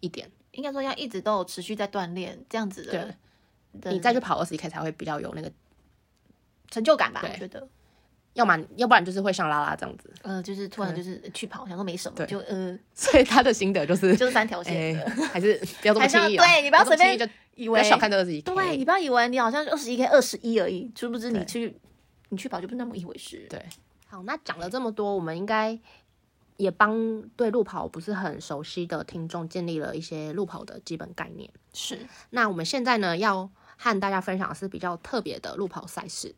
S2: 一点。
S1: 应该说要一直都有持续在锻炼，这样子的
S2: 对，
S1: 的
S2: 你再去跑二十一 K 才会比较有那个，
S1: 成就感吧，
S2: 对
S1: 我觉得，
S2: 要么要不然就是会像拉拉这样子。 *laughs*
S1: 呃，就是突然就是去跑，想说没什么，
S2: 对
S1: 就 *laughs* 呃，
S2: 所以他的心得就是，
S1: 就是三条线
S2: 哎
S1: 的，
S2: *laughs* 还是不要这么
S1: 还是
S2: 轻
S1: 要
S2: 易、哦，
S1: 对你不要
S2: 这么
S1: 随
S2: 轻易
S1: 便
S2: 就
S1: 以
S2: 不
S1: 为
S2: 要小看这二十一 K。
S1: 对，你不要以为你好像二十一 K 二十一而已，殊不知你
S2: 对
S1: 去你去跑就不是那么一回事。
S2: 对，好，那讲了这么多，我们应该也帮对路跑不是很熟悉的听众建立了一些路跑的基本概念。
S1: 是，
S2: 那我们现在呢，要和大家分享的是比较特别的路跑赛事。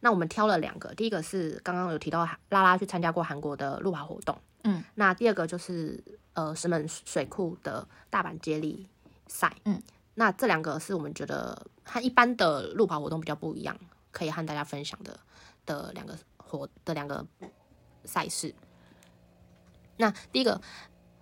S2: 那我们挑了两个，第一个是刚刚有提到拉拉去参加过韩国的路跑活动，
S1: 嗯，
S2: 那第二个就是呃石门水库的大阪接力赛，
S1: 嗯，
S2: 那这两个是我们觉得和一般的路跑活动比较不一样，可以和大家分享的的两个活的两个赛事。那第一个，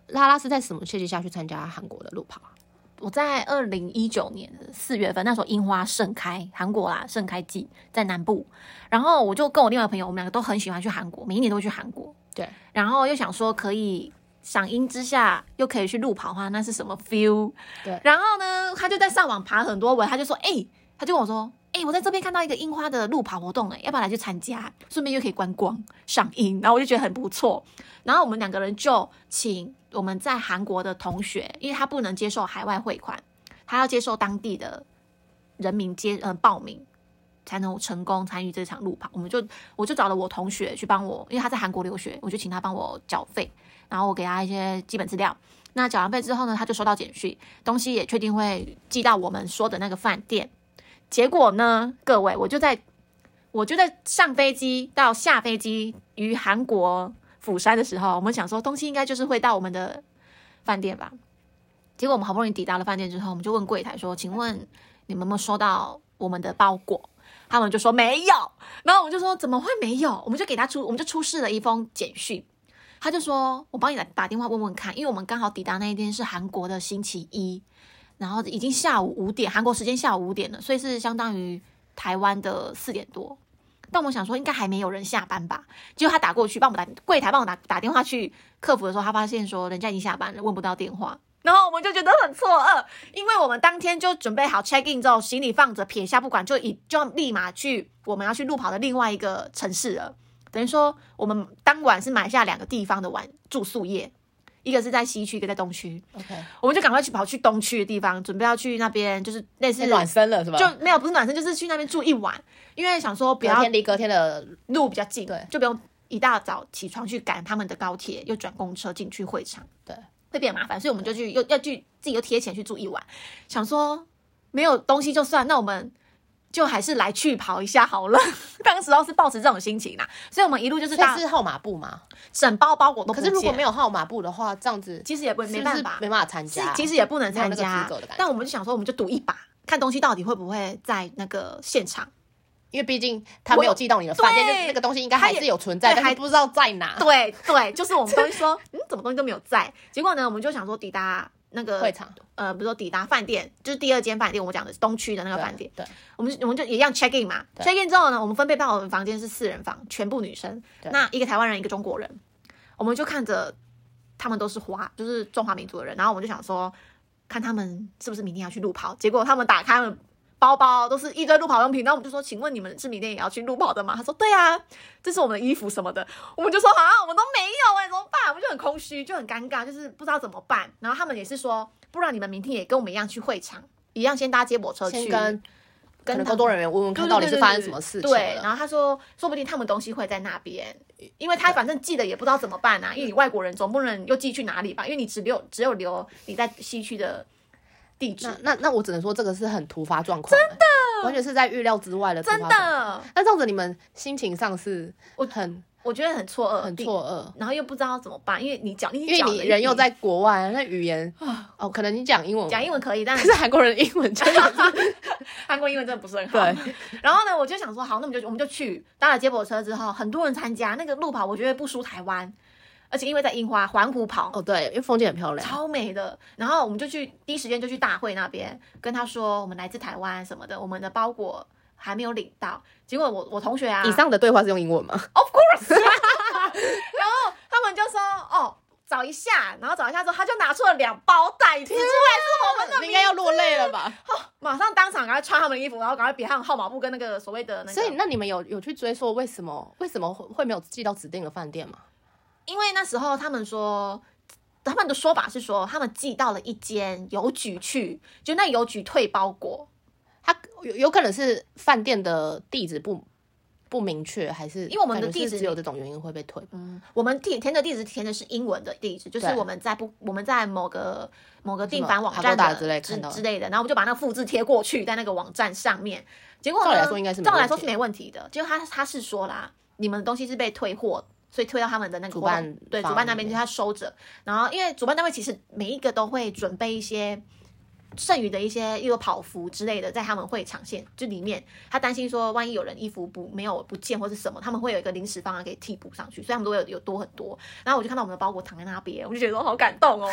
S2: 拉拉是在什么契机下去参加韩国的路跑啊？
S1: 我在二零一九年的四月份，那时候樱花盛开，韩国啦盛开季在南部，然后我就跟我另外一个朋友，我们两个都很喜欢去韩国，每一年都会去韩国，
S2: 对，
S1: 然后又想说可以赏樱之下又可以去路跑的话，那是什么 feel？
S2: 对
S1: 然后呢，他就在上网爬很多文，他就说，哎、他就跟我说。哎、我在这边看到一个樱花的路跑活动、哎，要不要来去参加？顺便又可以观光赏樱，然后我就觉得很不错。然后我们两个人就请我们在韩国的同学，因为他不能接受海外汇款，他要接受当地的人民接呃报名，才能成功参与这场路跑。我们就我就找了我同学去帮我，因为他在韩国留学，我就请他帮我缴费，然后我给他一些基本资料。那缴完费之后呢，他就收到简讯，东西也确定会寄到我们说的那个饭店。结果呢，各位，我就在我就在上飞机到下飞机于韩国釜山的时候，我们想说东西应该就是会到我们的饭店吧。结果我们好不容易抵达了饭店之后，我们就问柜台说：“请问你们有没有收到我们的包裹？”他们就说没有，然后我们就说怎么会没有？我们就给他出，我们就出示了一封简讯，他就说我帮你打打电话问问看，因为我们刚好抵达那一天是韩国的星期一，然后已经下午五点，韩国时间下午五点了，所以是相当于台湾的四点多。但我想说，应该还没有人下班吧？结果他打过去，帮我们打柜台帮我打打电话去客服的时候，他发现说人家已经下班了，问不到电话。然后我们就觉得很错愕，因为我们当天就准备好 check in 之后，行李放着撇下不管，就一就立马去我们要去路跑的另外一个城市了。等于说，我们当晚是买下两个地方的晚住宿业，一个是在西区，一个在东区。
S2: OK，
S1: 我们就赶快去跑去东区的地方，准备要去那边，就是类似
S2: 软身了是吧？
S1: 就没有不是暖身，就是去那边住一晚，因为想说不
S2: 隔
S1: 要
S2: 天离隔天的
S1: 路比较近，
S2: 对，
S1: 就不用一大早起床去赶他们的高铁，又转公车进去会场，
S2: 对，
S1: 会变麻烦，所以我们就去又要去自己又贴钱去住一晚，想说没有东西就算，那我们就还是来去跑一下好了。 *laughs* 当时候是抱持这种心情啦，所以我们一路就是
S2: 所
S1: 大
S2: 以是号码布嘛？
S1: 整包包裹都不
S2: 可是如果
S1: 见
S2: 没有号码布的话，这样子
S1: 其实也不
S2: 是不
S1: 没
S2: 是
S1: 办法，
S2: 没办法参
S1: 是
S2: 加。
S1: 其实也不能参
S2: 没有那个
S1: 加
S2: 机构的感，觉
S1: 但我们就想说我们就赌一把，看东西到底会不会在那个现
S2: *laughs*
S1: 场。
S2: 因为毕竟他没有寄到你的饭店，
S1: 对
S2: 就是那个东西应该还
S1: 他也
S2: 是有存在，
S1: 对
S2: 但
S1: 还
S2: 是不知道在哪。
S1: 对对，就是我们都会
S2: *laughs*
S1: 说，嗯，怎么东西都没有在。结果呢，我们就想说抵达那个
S2: 会场
S1: 呃，比如说抵达饭店，就是第二间饭店，我们讲的东区的那个
S2: 对
S1: 饭店，
S2: 对，
S1: 我们就我们就一样 check in 嘛
S2: 对
S1: ，check in 之后呢，我们分配到我们房间是四人房，全部女生，
S2: 对
S1: 那一个台湾人，一个中国人，我们就看着他们都是华，就是中华民族的人，然后我们就想说，看他们是不是明天要去路跑，结果他们打开了。包包都是一堆路跑用品，然后我们就说：“请问你们是明天也要去路跑的吗？”他说：“对啊，这是我们的衣服什么的。”我们就说：“啊，我们都没有哎、怎么办？”我们就很空虚，就很尴尬，就是不知道怎么办。然后他们也是说：“不然你们明天也跟我们一样去会场，一样先搭接驳车
S2: 先
S1: 去，
S2: 跟可
S1: 跟
S2: 能
S1: 他
S2: 工作人员问问看到底是发生什么事情
S1: 对，
S2: 了。
S1: 然后他说，说不定他们东西会在那边，因为他反正寄的也不知道怎么办啊，因为你外国人总不能又寄去哪里吧？因为你只留只有留你在西区的地址，
S2: 那那那我只能说这个是很突发状况，真的，完全是在预料之外的突发
S1: 真
S2: 状况。
S1: 的，
S2: 那这样子你们心情上是很
S1: 我觉得很错愕，
S2: 很
S1: 地，
S2: 错愕。
S1: 然后又不知道怎么办，因为你讲，因
S2: 因为你人又在国外，那语言哦，可能你讲英文，
S1: 讲英文可以，但
S2: *laughs* 可是韩国人的英文真 *laughs* 的是
S1: 韩国英文真的不是很好。
S2: 对，
S1: 然后呢，我就想说，好，那我们就我们就去搭了接驳车之后，很多人参加那个路跑，我觉得不输台湾，而且因为在樱花环湖跑，
S2: 哦，对，因为风景很漂亮，
S1: 超美的。然后我们就去第一时间就去大会那边跟他说，我们来自台湾什么的，我们的包裹还没有领到。结果我我同学啊，
S3: 以上的对话是用英文吗？
S1: Of course，然后他们就说哦，找一下，然后找一下之后，他就拿出了两包袋子出来，是我们的
S2: 你
S1: 名
S2: 应该要落泪了 *laughs* 吧？
S1: 马上当场赶快穿他们的衣服，然后赶快别上号码布跟那个所谓的那个。
S2: 所以，那你们有有去追溯为什么为什么会会没有寄到指定的饭店吗？
S1: 因为那时候他们说。他们的说法是说，他们寄到了一间邮局去，就那邮局退包裹，
S2: 他有有可能是饭店的地址不不明确，还是
S1: 因为我们的
S2: 感觉是
S1: 地址
S2: 只有这种原因会被退？
S1: 我们填填的地址填的是英文的地址，就是
S2: 对
S1: 我们在不我们在某个某个订
S2: 么
S1: 房网站
S2: Agoda
S1: 的
S2: 之类
S1: 之
S2: 看到的
S1: 之类的，然后我们就把那个复制贴过去在那个网站上面。结果呢
S2: 照理来说应该是没
S1: 照理来
S2: 问
S1: 说
S2: 题
S1: 是没问题的，结果他他是说啦，你们的东西是被退货。所以退到他们的那个
S2: 主
S1: 活动
S2: 办
S1: 对主
S2: 方
S1: 办那
S2: 里
S1: 边，
S2: 面
S1: 就他收着。然后因为主办单位其实每一个都会准备一些剩余的一些，例如跑服之类的，在他们会场线就里面，他担心说万一有人衣服不没有不见或是什么，他们会有一个临时方案可以替补上去，所以他们都会有有多很多。然后我就看到我们的包裹躺在那边，我就觉得我好感
S2: *laughs*
S1: 动哦，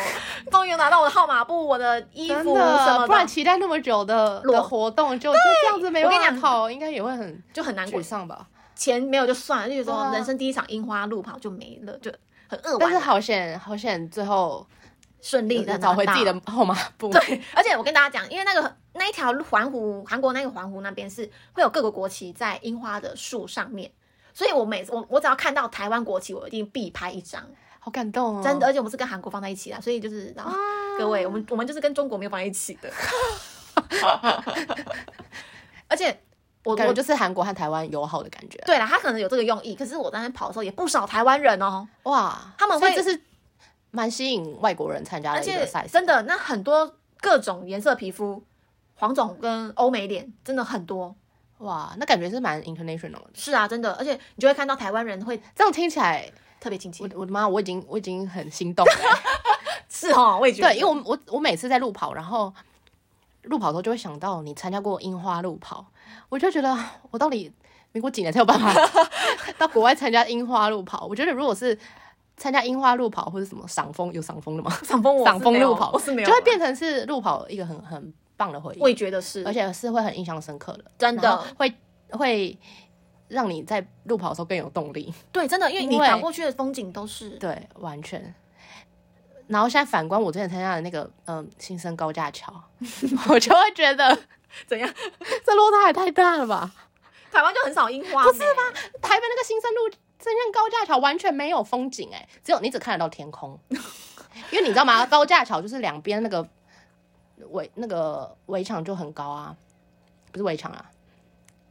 S1: 终于有拿到我的号码布、我的衣
S2: 真
S1: 服什么
S2: 的，
S1: 的，
S2: 不然期待那么久的
S1: 裸
S2: 的活动，就就这样子没
S1: 我跟你
S2: 办
S1: 讲
S2: 法靠，应该也会很
S1: 就很难过
S2: 沮。丧吧。
S1: 钱没有就算了，就觉得
S2: 对
S1: 说
S2: 啊
S1: 人生第一场樱花路跑就没了，就很扼腕
S2: 但是
S1: 啊，
S2: 好险，好险，最后
S1: 顺利的
S2: 找回自己的号码布。
S1: 对， *laughs* 而且我跟大家讲，因为那个那一条环湖，韩国那个环湖那边是会有各个国旗在樱花的树上面，所以我每次我我只要看到台湾国旗，我一定必拍一张，
S2: *laughs* 好感动哦！
S1: 真的。而且我们是跟韩国放在一起的，所以就是然后、各位，我们我们就是跟中国没有放在一起
S2: *laughs*
S1: 的，而且我
S2: 我感觉
S1: 我就
S2: 就是韩国和台湾友好的感觉。
S1: 对了，他可能有这个用意，可是我在那边跑的时候也不少台湾人哦，
S2: 哇，
S1: 他们
S2: 所以
S1: 会
S2: 这是蛮吸引外国人参加
S1: 而
S2: 的一个
S1: 且
S2: 赛事，
S1: 真的那很多各种颜色皮肤，黄种跟欧美脸真的很多。
S2: 哇，那感觉是蛮 international 的。
S1: 是啊，真的，而且你就会看到台湾人会
S2: 这样听起来，
S1: 特别亲切
S2: 我。我的妈，我已经我已经很心
S1: *laughs*
S2: 动了。
S1: 是哦，我也觉
S2: 对，因为我我我每次在路跑，然后路跑的时候就会想到你参加过樱花路跑，我就觉得我到底民国几年才有办法 *laughs* 到国外参加樱花路跑？我觉得如果是参加樱花路跑或者什么赏枫，有赏枫的吗？
S1: 赏枫我
S2: 赏枫路跑
S1: 我是没有，
S2: 就会变，成是路跑一个很很棒的回忆。
S1: 我也觉得是
S2: 而，且是会很印象深刻的，
S1: 真的
S2: 然后会会让你在路跑的时候更有动力。
S1: 对，真的，因为你
S2: 因为
S1: 跑过去的风景都是
S2: *laughs* 对，完全。然后现在反观我之前参加的那个嗯新生高架桥， *laughs* 我就会觉得
S1: *laughs* 怎样？
S2: 这落差也太大了吧？
S1: 台湾就很少樱花，不是吗？
S2: 台北那个新生路真正高架桥完全没有风景哎、只有你只看得到
S1: *laughs*
S2: 天空，因为你知道吗？高架桥就是两边那个围那个围墙就很高啊，不是围墙啊，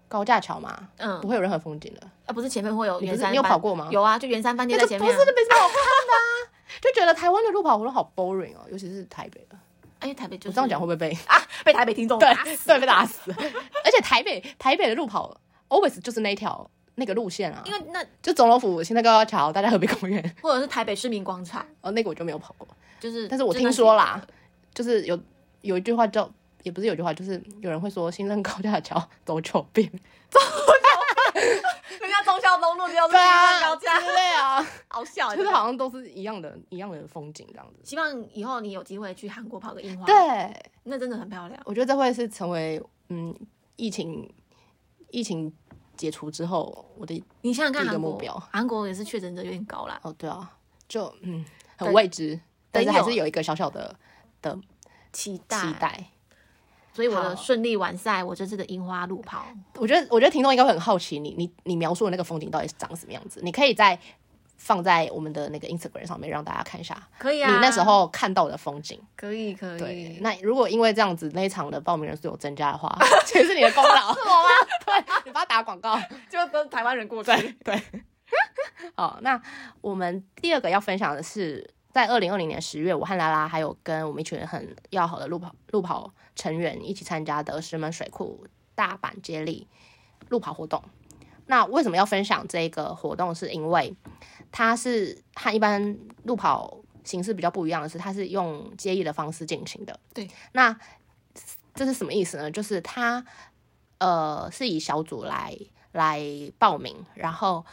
S2: 高架桥嘛，不
S1: 嗯，
S2: 会有任何风景的。
S1: 啊，不是前面会有
S2: 你
S1: 圆
S2: 不是
S1: 山，
S2: 你有跑？过吗？
S1: 有啊，就圆山饭店在
S2: 那个
S1: 前
S2: 不
S1: 面
S2: 是
S1: 啊。
S2: 那没什么好看的、啊， *laughs* 就觉得台湾的路跑活动好 boring 哦，尤其是台 *laughs* 北的。
S1: 哎，台北就
S2: 我
S1: 是
S2: 这样讲会不会被
S1: 啊，被台北听众打死
S2: 对被哦打死？ *laughs* 而且台北台北的路跑 always 就是那一条那个路线啊
S1: 因，为那
S2: 就总统府、新的高架桥、大家河滨公园， *laughs*
S1: 或者是台北市民广场，
S2: 哦，那个我就没有跑过，
S1: 就是
S2: 但是我
S1: 就那
S2: 听说
S1: 几
S2: 啦，
S1: *laughs*
S2: 就是有有一句话叫。也不是有句话，就是有人会说新生高架桥走九遍，
S1: 人家忠孝东路就是
S2: *laughs* 对啊，
S1: 圆山高架，
S2: *laughs* 之类啊，
S1: 好笑啊，
S2: 就
S1: 真
S2: 是
S1: 的。
S2: 好像都是一样的，一样的风景这样子。
S1: 希望以后你有机会去韩国跑个樱花，
S2: 对，，
S1: 那真的很漂亮。
S2: 我觉得这会是成为嗯疫情疫情解除之后我的
S1: 你想想看，
S2: 第一个
S1: 韩
S2: 目
S1: 国
S2: 标，
S1: 韩国也是确诊者有点高啦。
S2: 哦对啊，就嗯很
S1: 对
S2: 未知，但
S1: 等
S2: 是还
S1: 有
S2: 是有一个小小的的
S1: 期待，
S2: 期待。
S1: 所以我的
S2: 好
S1: 顺利完赛，我这次的樱花路跑，
S2: 我觉得我觉得听众应该会很好奇你你你描述的那个风景到底是长什么样子，你可以再放在我们的那个 Instagram 上面让大家看一下
S1: 可以
S2: 你
S1: 啊。
S2: 那时候看到的风景。
S1: 可以可
S2: 对，
S1: 以，
S2: 那如果因为这样子那一场的报名人数有增加的 *laughs* 话，其实是你的功劳，是我吗？ *laughs* 对，你帮他打广告。
S1: 就跟台湾人过去。
S2: *laughs* 哦，那我们第二个要分享的是，在二零二零年十月，我和拉拉还有跟我们一群很要好的路跑路跑成员一起参加的石门水库大阪接力路跑活动。那为什么要分享这个活动？是因为它是和一般路跑形式比较不一样的是，它是用接力的方式进行的。
S1: 对，
S2: 那这是什么意思呢？就是它呃是以小组来来报名，然后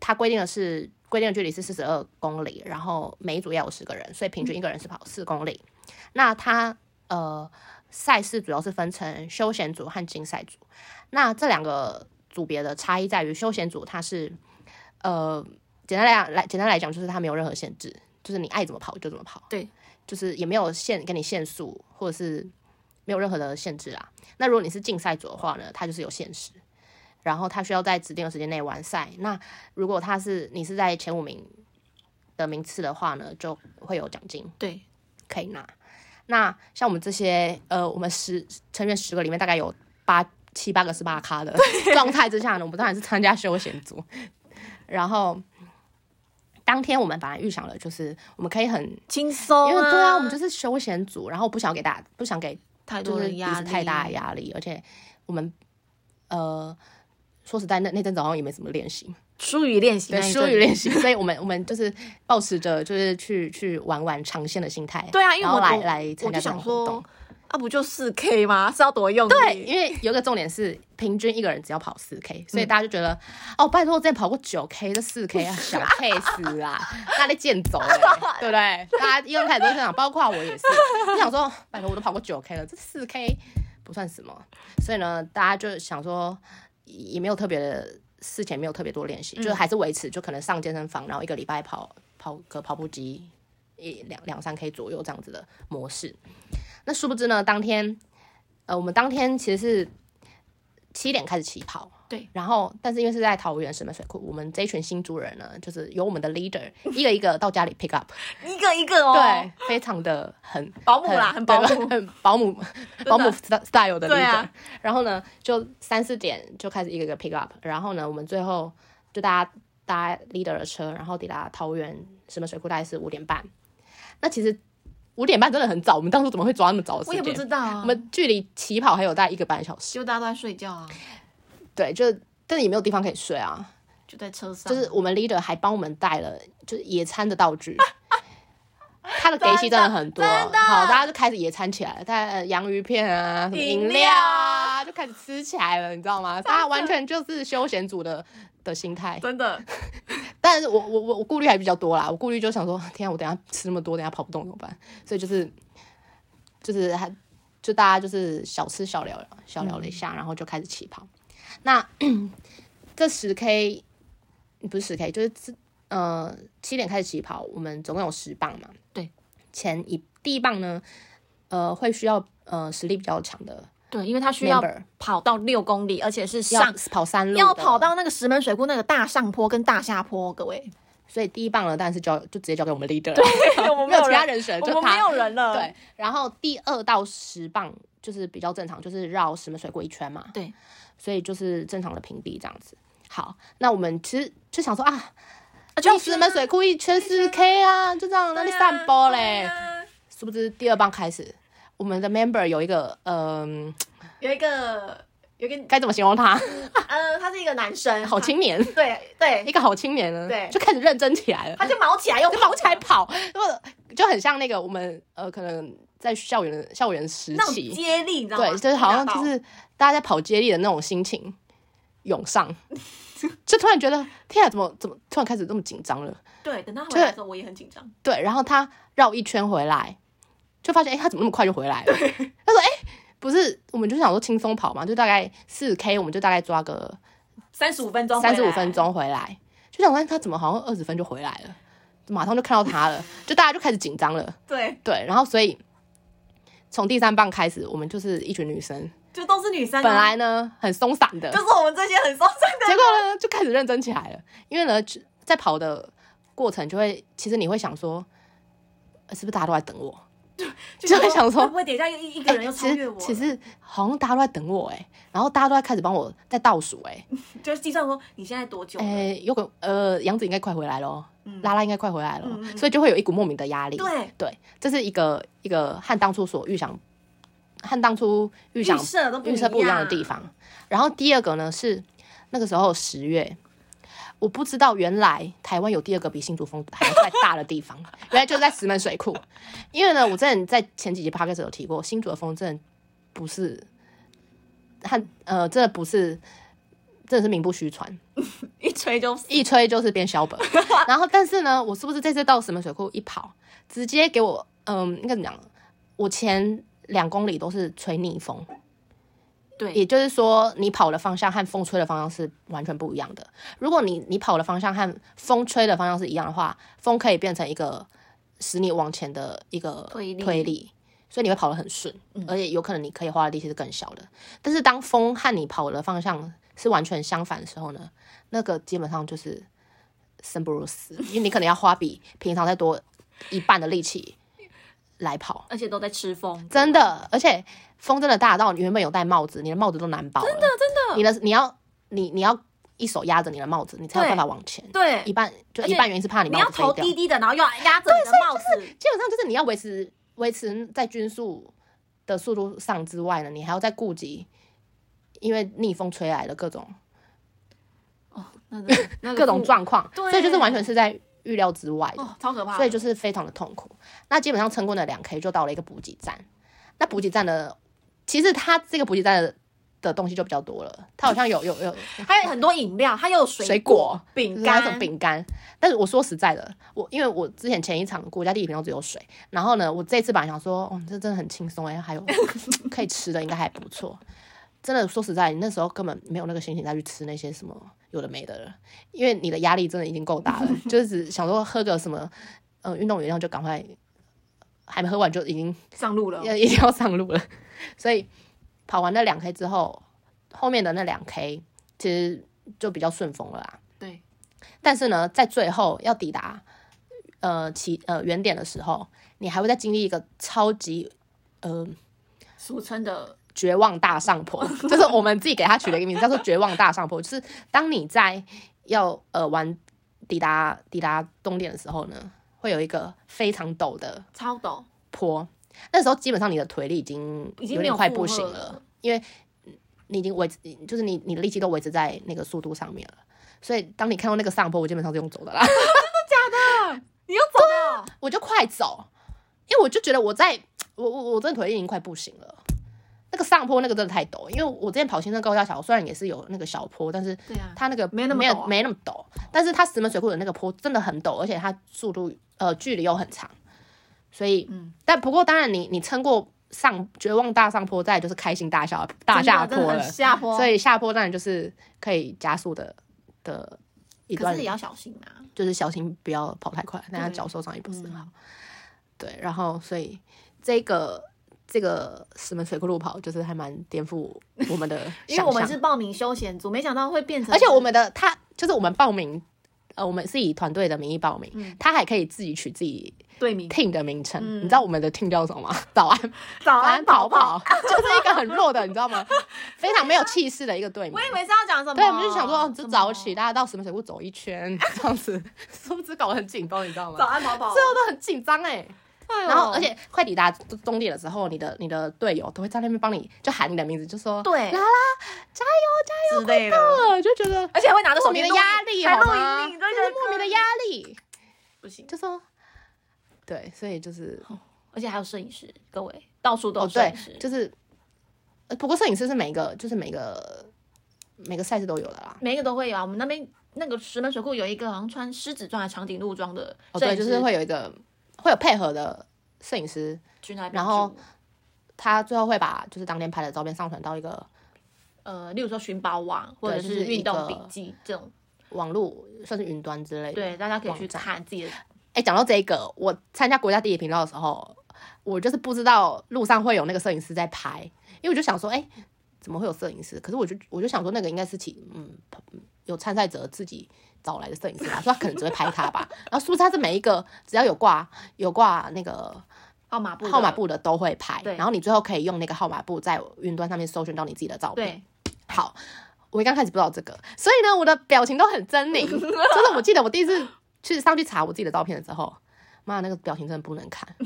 S2: 它规定的是规定的距离是四十二公里，然后每一组要有十个人，所以平均一个人是跑四公里。那它呃赛事主要是分成休闲组和竞赛组。那这两个组别的差异在于，休闲组它是呃，简单来讲来简单来讲就是它没有任何限制，就是你爱怎么跑就怎么跑，
S1: 对，
S2: 就是也没有限给你限速或者是没有任何的限制啦。那如果你是竞赛组的话呢，它就是有限时，然后它需要在指定的时间内完赛。那如果它是你是在前五名的名次的话呢，就会有奖金。
S1: 对，
S2: 可以拿。那像我们这些呃，我们十成员十个里面大概有八七八个是八咖的状态之下呢，我们当然是参加休闲组。然后当天我们本来预想了，就是我们可以很，因
S1: 轻松、
S2: 为对啊，我们就是休闲组，然后不想给大家不想给
S1: 太
S2: 就
S1: 多
S2: 是
S1: 人
S2: 彼
S1: 压
S2: 此
S1: 力，
S2: 太大的压力，而且我们呃说实在，那那阵早上也没怎么练习，
S1: 疏于练习，
S2: 对，疏于，练习， *laughs* 所以我们我们就是保持着就是去去玩玩长线的心态，
S1: 对啊，因为
S2: 然后
S1: 我
S2: 来
S1: 我
S2: 来参
S1: 我就
S2: 加这种
S1: 想
S2: 活动
S1: 说。，啊，不就四 K 吗？是要多用力？
S2: 对，嗯因为有一个重点是，平均一个人只要跑四 K，所以大家就觉得，哦，拜托，我之前跑过九 K，这四 K 啊，小 case *laughs* 啦，那得健走哎、 *laughs* 对不对？大家一刚开始都这样，包括我 *laughs* 也是，就想说，拜托，我都跑过九 K 了，这四 K 不算什么。所以呢，大家就想说，也也没有特别的，事前没有特别多练习，就还是维持，就可能上健身房，然后一个礼拜跑跑个跑步机一两两三 K 左右这样子的模式。那殊不知呢，当天呃，我们当天其实是七点开始起跑，
S1: 对，
S2: 然后但是因为是在桃园石门水库，我们这一群新竹人呢，就是由我们的 leader 一个一个到家里 pick up，
S1: 一个一个 *laughs* 哦，，
S2: 对，非常的很
S1: 保姆啦，很保
S2: 对
S1: 姆，
S2: 很保姆保姆 style 的 leader。
S1: 对啊
S2: 然后呢，就三四点就开始一个一个 pick up，然后呢，我们最后就大家搭 leader 的车，然后抵达桃园石门水库，大概是五点半。那其实五点半真的很早，我们当初怎么会抓那么早的
S1: *laughs*
S2: 时
S1: 我也
S2: 间？
S1: 不知道啊，
S2: 我们距离起跑还有大概一个半小时，
S1: 就大家都在睡觉啊，
S2: 对，就但也没有地方可以睡啊。
S1: 就在车上，
S2: 就是我们 leader 还帮我们带了就是野餐的道 *laughs* 具，他的给戏真的很多，
S1: 真的真的
S2: 好，大家就开始野餐起来了，带呃洋芋片啊，什么饮
S1: 饮
S2: 料
S1: 料
S2: 啊，就开始吃起来了，你知道吗？大家完全就是休闲组的的心态，
S1: 真的，
S2: 但是我我我我顾虑还比较多啦，我顾虑就想说，天啊，我等一下吃那么多，等一下跑不动怎么办？所以就是就是还就大家就是小吃小聊小聊了一下，然后就开始起跑。那 *clears throat* 这十 K 不是十 K，就是自呃七点开始起跑，我们总共有十棒嘛。
S1: 对，
S2: 前一第一棒呢，呃，会需要呃实力比较强的
S1: 对，因为他需要
S2: member
S1: 跑到六公里，而且是
S2: 要
S1: 上
S2: 跑山路的，
S1: 要跑到那个石门水库那个大上坡跟大下坡，各位，
S2: 所以第一棒呢，当然是交就直接交给我们 leader，
S1: *laughs* 我们
S2: *laughs* 没
S1: 没
S2: 有
S1: 有
S2: 其他
S1: 人
S2: 人选，
S1: 我
S2: 就
S1: 们
S2: 他
S1: 没有人了，
S2: 对，然后第二到十磅就是比较正常，就是绕石门水库一圈嘛，
S1: 对，啊
S2: 所以就是正常的平地这样子。好，那我们其实就想说啊，
S1: 啊，就
S2: 绕石门水库一圈四 K 啊，就这样那里散
S1: 啊
S2: 步嘞。殊不知第二棒开始，我们的 member 有一个，嗯、
S1: 有一个有一个
S2: 该怎么形容他？
S1: 呃，他是一个男生，
S2: 好青年，
S1: 他，对对
S2: 一，个好青年呢，
S1: 对
S2: 就开始认真起来了。
S1: 他就毛起来又
S2: 就跑起来跑，就就很像那个我们呃，可能在校园的校园时
S1: 那种
S2: 期，
S1: 接力，你知道吗？
S2: 对，就是好像
S1: 踢打到
S2: 就是大家在跑接力的那种心情涌上， *laughs* 就突然觉得天啊，怎么怎么突然开始这么紧张了？
S1: 对，等他回来的时候我也很紧张，
S2: 对，然后他绕一圈回来，就发现哎、诶他怎么那么快就回来了？他说哎、诶不是，我们就想说轻松跑嘛，就大概四 K，我们就大概抓个
S1: 三十五分钟，
S2: 三十五分，钟回来，就想说诶哎他怎么好像二十分就回来了，马上就看到他了，就大家就开始紧张了。
S1: 对，
S2: 对，然后所以从第三棒开始，我们就是一群女生，
S1: 就都是女生啊，
S2: 本来呢很松散的，
S1: 就是我们这些很松散的，
S2: *laughs* 结果呢就开始认真起来了。因为呢，就在跑的过程就会，其实你会想说，呃是不是大家都在等我？
S1: 就
S2: *laughs* 就会想说哎
S1: 会不会等一下又一一个人又超
S2: 其
S1: 越
S2: 实
S1: 我了？
S2: 其实好像大家都在等我哎、然后大家都在开始帮我在倒数哎、
S1: 就是计算说你现在多久
S2: 哎、
S1: 了？
S2: 有个呃杨子应该快回来咯，拉拉应该快回来咯，
S1: 嗯嗯
S2: 所以就会有一股莫名的压力。
S1: 对，
S2: 对，这是一个一个和当初所预想，和当初预想
S1: 设都
S2: 预测不一样的地。方。然后第二个呢是那个时候十月，我不知道原来台湾有第二个比新竹峰还要再大的地方， *laughs* 原来就在石门水库。因为呢，我之前在前几集 p o d 有提过，新竹的风真的不是和呃，真的不是。真的是名不虚传，
S1: 一吹就死
S2: 一吹就是变萧 *laughs* 本。然后，但是呢，我是不是这次到石门水库一跑，直接给我，嗯，应该怎么讲？我前两公里都是吹逆风，也
S1: 对，
S2: 就是说你跑的方向和风吹的方向是完全不一样的。如果你你跑的方向和风吹的方向是一样的话，风可以变成一个使你往前的一个
S1: 推力嗯
S2: 推力，所以你会跑得很顺，而且有可能你可以花的力气是更小的。但是当风和你跑的方向是完全相反的时候呢，那个基本上就是生不如死，因为你可能要花比平常再多一半的力气来跑。
S1: 而且都在吃风，
S2: 真的，而且风真的大到你原本有戴帽子，你的帽子都难保了。真的，真的，你的你要你你要一手压着你的帽子，你才有
S1: 对
S2: 办法往前。
S1: 对，
S2: 一半就
S1: 而且
S2: 一半原因是怕你
S1: 你
S2: 帽
S1: 要
S2: 子
S1: 头
S2: 飞掉，
S1: 低低的，然后又要压着你的帽子，
S2: 基本上就是你要维持维持在均速的速度上之外呢，你还要再顾及。因为逆风吹来的各种
S1: 那个那个
S2: 各种
S1: 腹
S2: 状况，
S1: 对
S2: 所以就是完全是在预料之外的。
S1: 哦，超可怕的，
S2: 所以就是非常的痛苦。那基本上撑过了两 K 就到了一个补给站，那补给站的其实它这个补给站的的东西就比较多了，它好像有有有
S1: 还有很多饮料，它又有水
S2: 水果
S1: 饼
S2: 那
S1: 干
S2: 种饼干，但是我说实在的，我因为我之前前一场国家地理频道只有水，然后呢，我这次本来想说，哦，这真的很轻松哎，还有可以吃的应该还不错。真的说实在，你那时候根本没有那个心情再去吃那些什么有的没的了，因为你的压力真的已经够大了，就是只想说喝个什么，呃，运动饮料就赶快，还没喝完就已经
S1: 上路了，
S2: 要 *laughs* 一定要上路了。所以跑完那两 K 之后，后面的那两 K 其实就比较顺风了啦。啊
S1: 对，
S2: 但是呢，在最后要抵达呃起呃原点的时候，你还会再经历一个超级呃
S1: 俗称的
S2: 绝望大上坡，就是我们自己给它取了一个名字叫做绝望大上坡，就是当你在要呃玩抵达抵达终点的时候呢，会有一个非常陡的
S1: 超陡，
S2: 坡，那时候基本上你的腿力已经
S1: 已经
S2: 有
S1: 没有
S2: 点快不行
S1: 负荷
S2: 了，因为你已经维持，就是你你的力气都维持在那个速度上面了。所以当你看到那个上坡，我基本上是用走
S1: *laughs*
S2: 的啦。啊
S1: 你又走了，
S2: 我就快走，因为我就觉得我在我我我真的腿已经快不行了。那个上坡那个真的太陡，因为我之前跑行政高架桥，虽然也是有那个小坡，但是
S1: 对啊，
S2: 它那个
S1: 没那么
S2: 没
S1: 陡啊
S2: 有没那么陡，但是它石门水库的那个坡真的很陡，而且它速度呃距离又很长，所以
S1: 嗯
S2: 但不过当然你你撑过上绝望大上坡，再来就是开心大下大
S1: 真的
S2: 下
S1: 真的
S2: 坡
S1: 很哦
S2: 了，
S1: 下坡，
S2: 所以下坡当然就是可以加速的的一
S1: 可
S2: 段
S1: 是也要小心啊，
S2: 就是小心不要跑太快，大家脚受伤也不是很好。对，然后所以这个这个石门水库路跑就是还蛮颠覆我们的
S1: *laughs* 因为我们
S2: 想象
S1: 是报名休闲组，没想到会变成，
S2: 而且我们的他就是我们报名，呃，我们是以团队的名义报名，
S1: 嗯
S2: 他还可以自己取自己
S1: 队名
S2: team 的名称。你知道我们的 team 叫什么吗？早安
S1: 嗯早
S2: 早安
S1: 安
S2: 跑
S1: 跑
S2: 跑
S1: 跑，，
S2: 就是一个很弱的，你知道吗？非常没有气势的一个队名
S1: 我。以为是要讲什么，
S2: 对，我们就想说，哦
S1: 什
S2: 就
S1: 么
S2: 早起，大家到石门水库走一圈，这样子， *laughs* 是不是搞得很紧绷？你知道吗
S1: 早？安跑跑，
S2: 最后都很紧张哎。
S1: 哎呦
S2: 然后，而且快抵达终点的时候，你的你的队友都会在那边帮你，就喊你的名字，就说
S1: 对啊
S2: 啦啦
S1: 之类的，
S2: 呃，就觉得
S1: 而且会拿着手
S2: 莫
S1: 机
S2: 名的
S1: 录影
S2: 压力，
S1: 还
S2: 好
S1: 录
S2: 吗？
S1: 影，你
S2: 就
S1: 就觉
S2: 是
S1: 得
S2: 莫名的压力，
S1: 不行，
S2: 就说对，所以就是
S1: 而且还有摄影师，各位到处都
S2: 哦
S1: 有摄
S2: 对
S1: 影师，，
S2: 就是呃不过摄影师是每一个就是每个每个赛事都有的啦。
S1: 每一个都会有啊。我们那边那个石门水库有一个好像穿狮子装还是长颈鹿装的
S2: 哦，
S1: 摄
S2: 对，
S1: 影
S2: 就是
S1: 师
S2: 会有一个会有配合的摄影师，
S1: 去那边住，
S2: 然后他最后会把就是当天拍的照片上传到一个
S1: 呃，例如说寻宝网或者
S2: 对就是
S1: 是
S2: 一个
S1: 运动笔记这种，
S2: 网络，算是云端之类的。
S1: 对，大家可以去看自己的。
S2: 哎，讲到这个，我参加国家地理频道的时候，我就是不知道路上会有那个摄影师在拍，因为我就想说，哎，怎么会有摄影师？可是我就我就想说，那个应该是其嗯有参赛者自己找来的摄影师吧，说他可能只会拍他吧。然后是不是他是每一个只要有挂有挂那个
S1: 号码布的，
S2: 号码布的都会拍，
S1: 对
S2: 然后你最后可以用那个号码布在云端上面搜寻到你自己的照片。
S1: 对，
S2: 好，我刚开始不知道这个，所以呢，我的表情都很狰狞。 *laughs* 真的，我记得我第一次去上去查我自己的照片的时候，妈，那个表情真的不能看。 *laughs*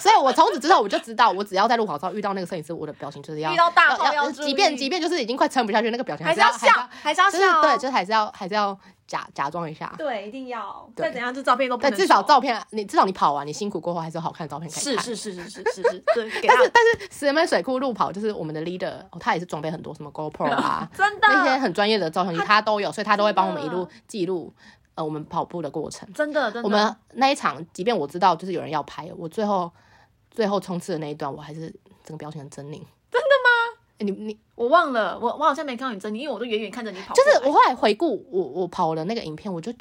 S2: 所以我从此之后，我就知道，我只要在路跑照遇到那个摄影师，我的表情就是要
S1: 遇到大炮
S2: 要
S1: 要注意
S2: 即便即便就是已经快撑不下去，那个表情
S1: 还是
S2: 要
S1: 要笑，还是要
S2: 还是要
S1: 笑，哦
S2: 就是对，就是还是要还是要假假装一下。
S1: 对，一定要。
S2: 对
S1: 再怎样，这照片都不
S2: 但
S1: 能
S2: 至少
S1: 丑
S2: 照片，你至少你跑完，你辛苦过后还是有好看的照片可以
S1: 是
S2: 看。
S1: 是是是是是是，
S2: *laughs*
S1: 对，给
S2: 但
S1: 他，
S2: 是但是 *laughs* 石门水库路跑就是我们的 leader，、哦、他也是装备很多什么 GoPro 啊 *laughs*
S1: 真
S2: 那些
S1: 的
S2: 很专业的照相机他都有，所以他都会帮我们一
S1: 真的
S2: 路记录呃我们跑步的过程。
S1: 真的真的，
S2: 我们那一场，即便我知道就是有人要拍，我最后最后冲刺的那一段，我还是整个表情很狰狞。真的吗？你你
S1: 我忘了，我我好像没看到你真的，因为我都远远看着你跑过
S2: 就
S1: 来。
S2: 是我后来回顾我我跑了那个影片，我就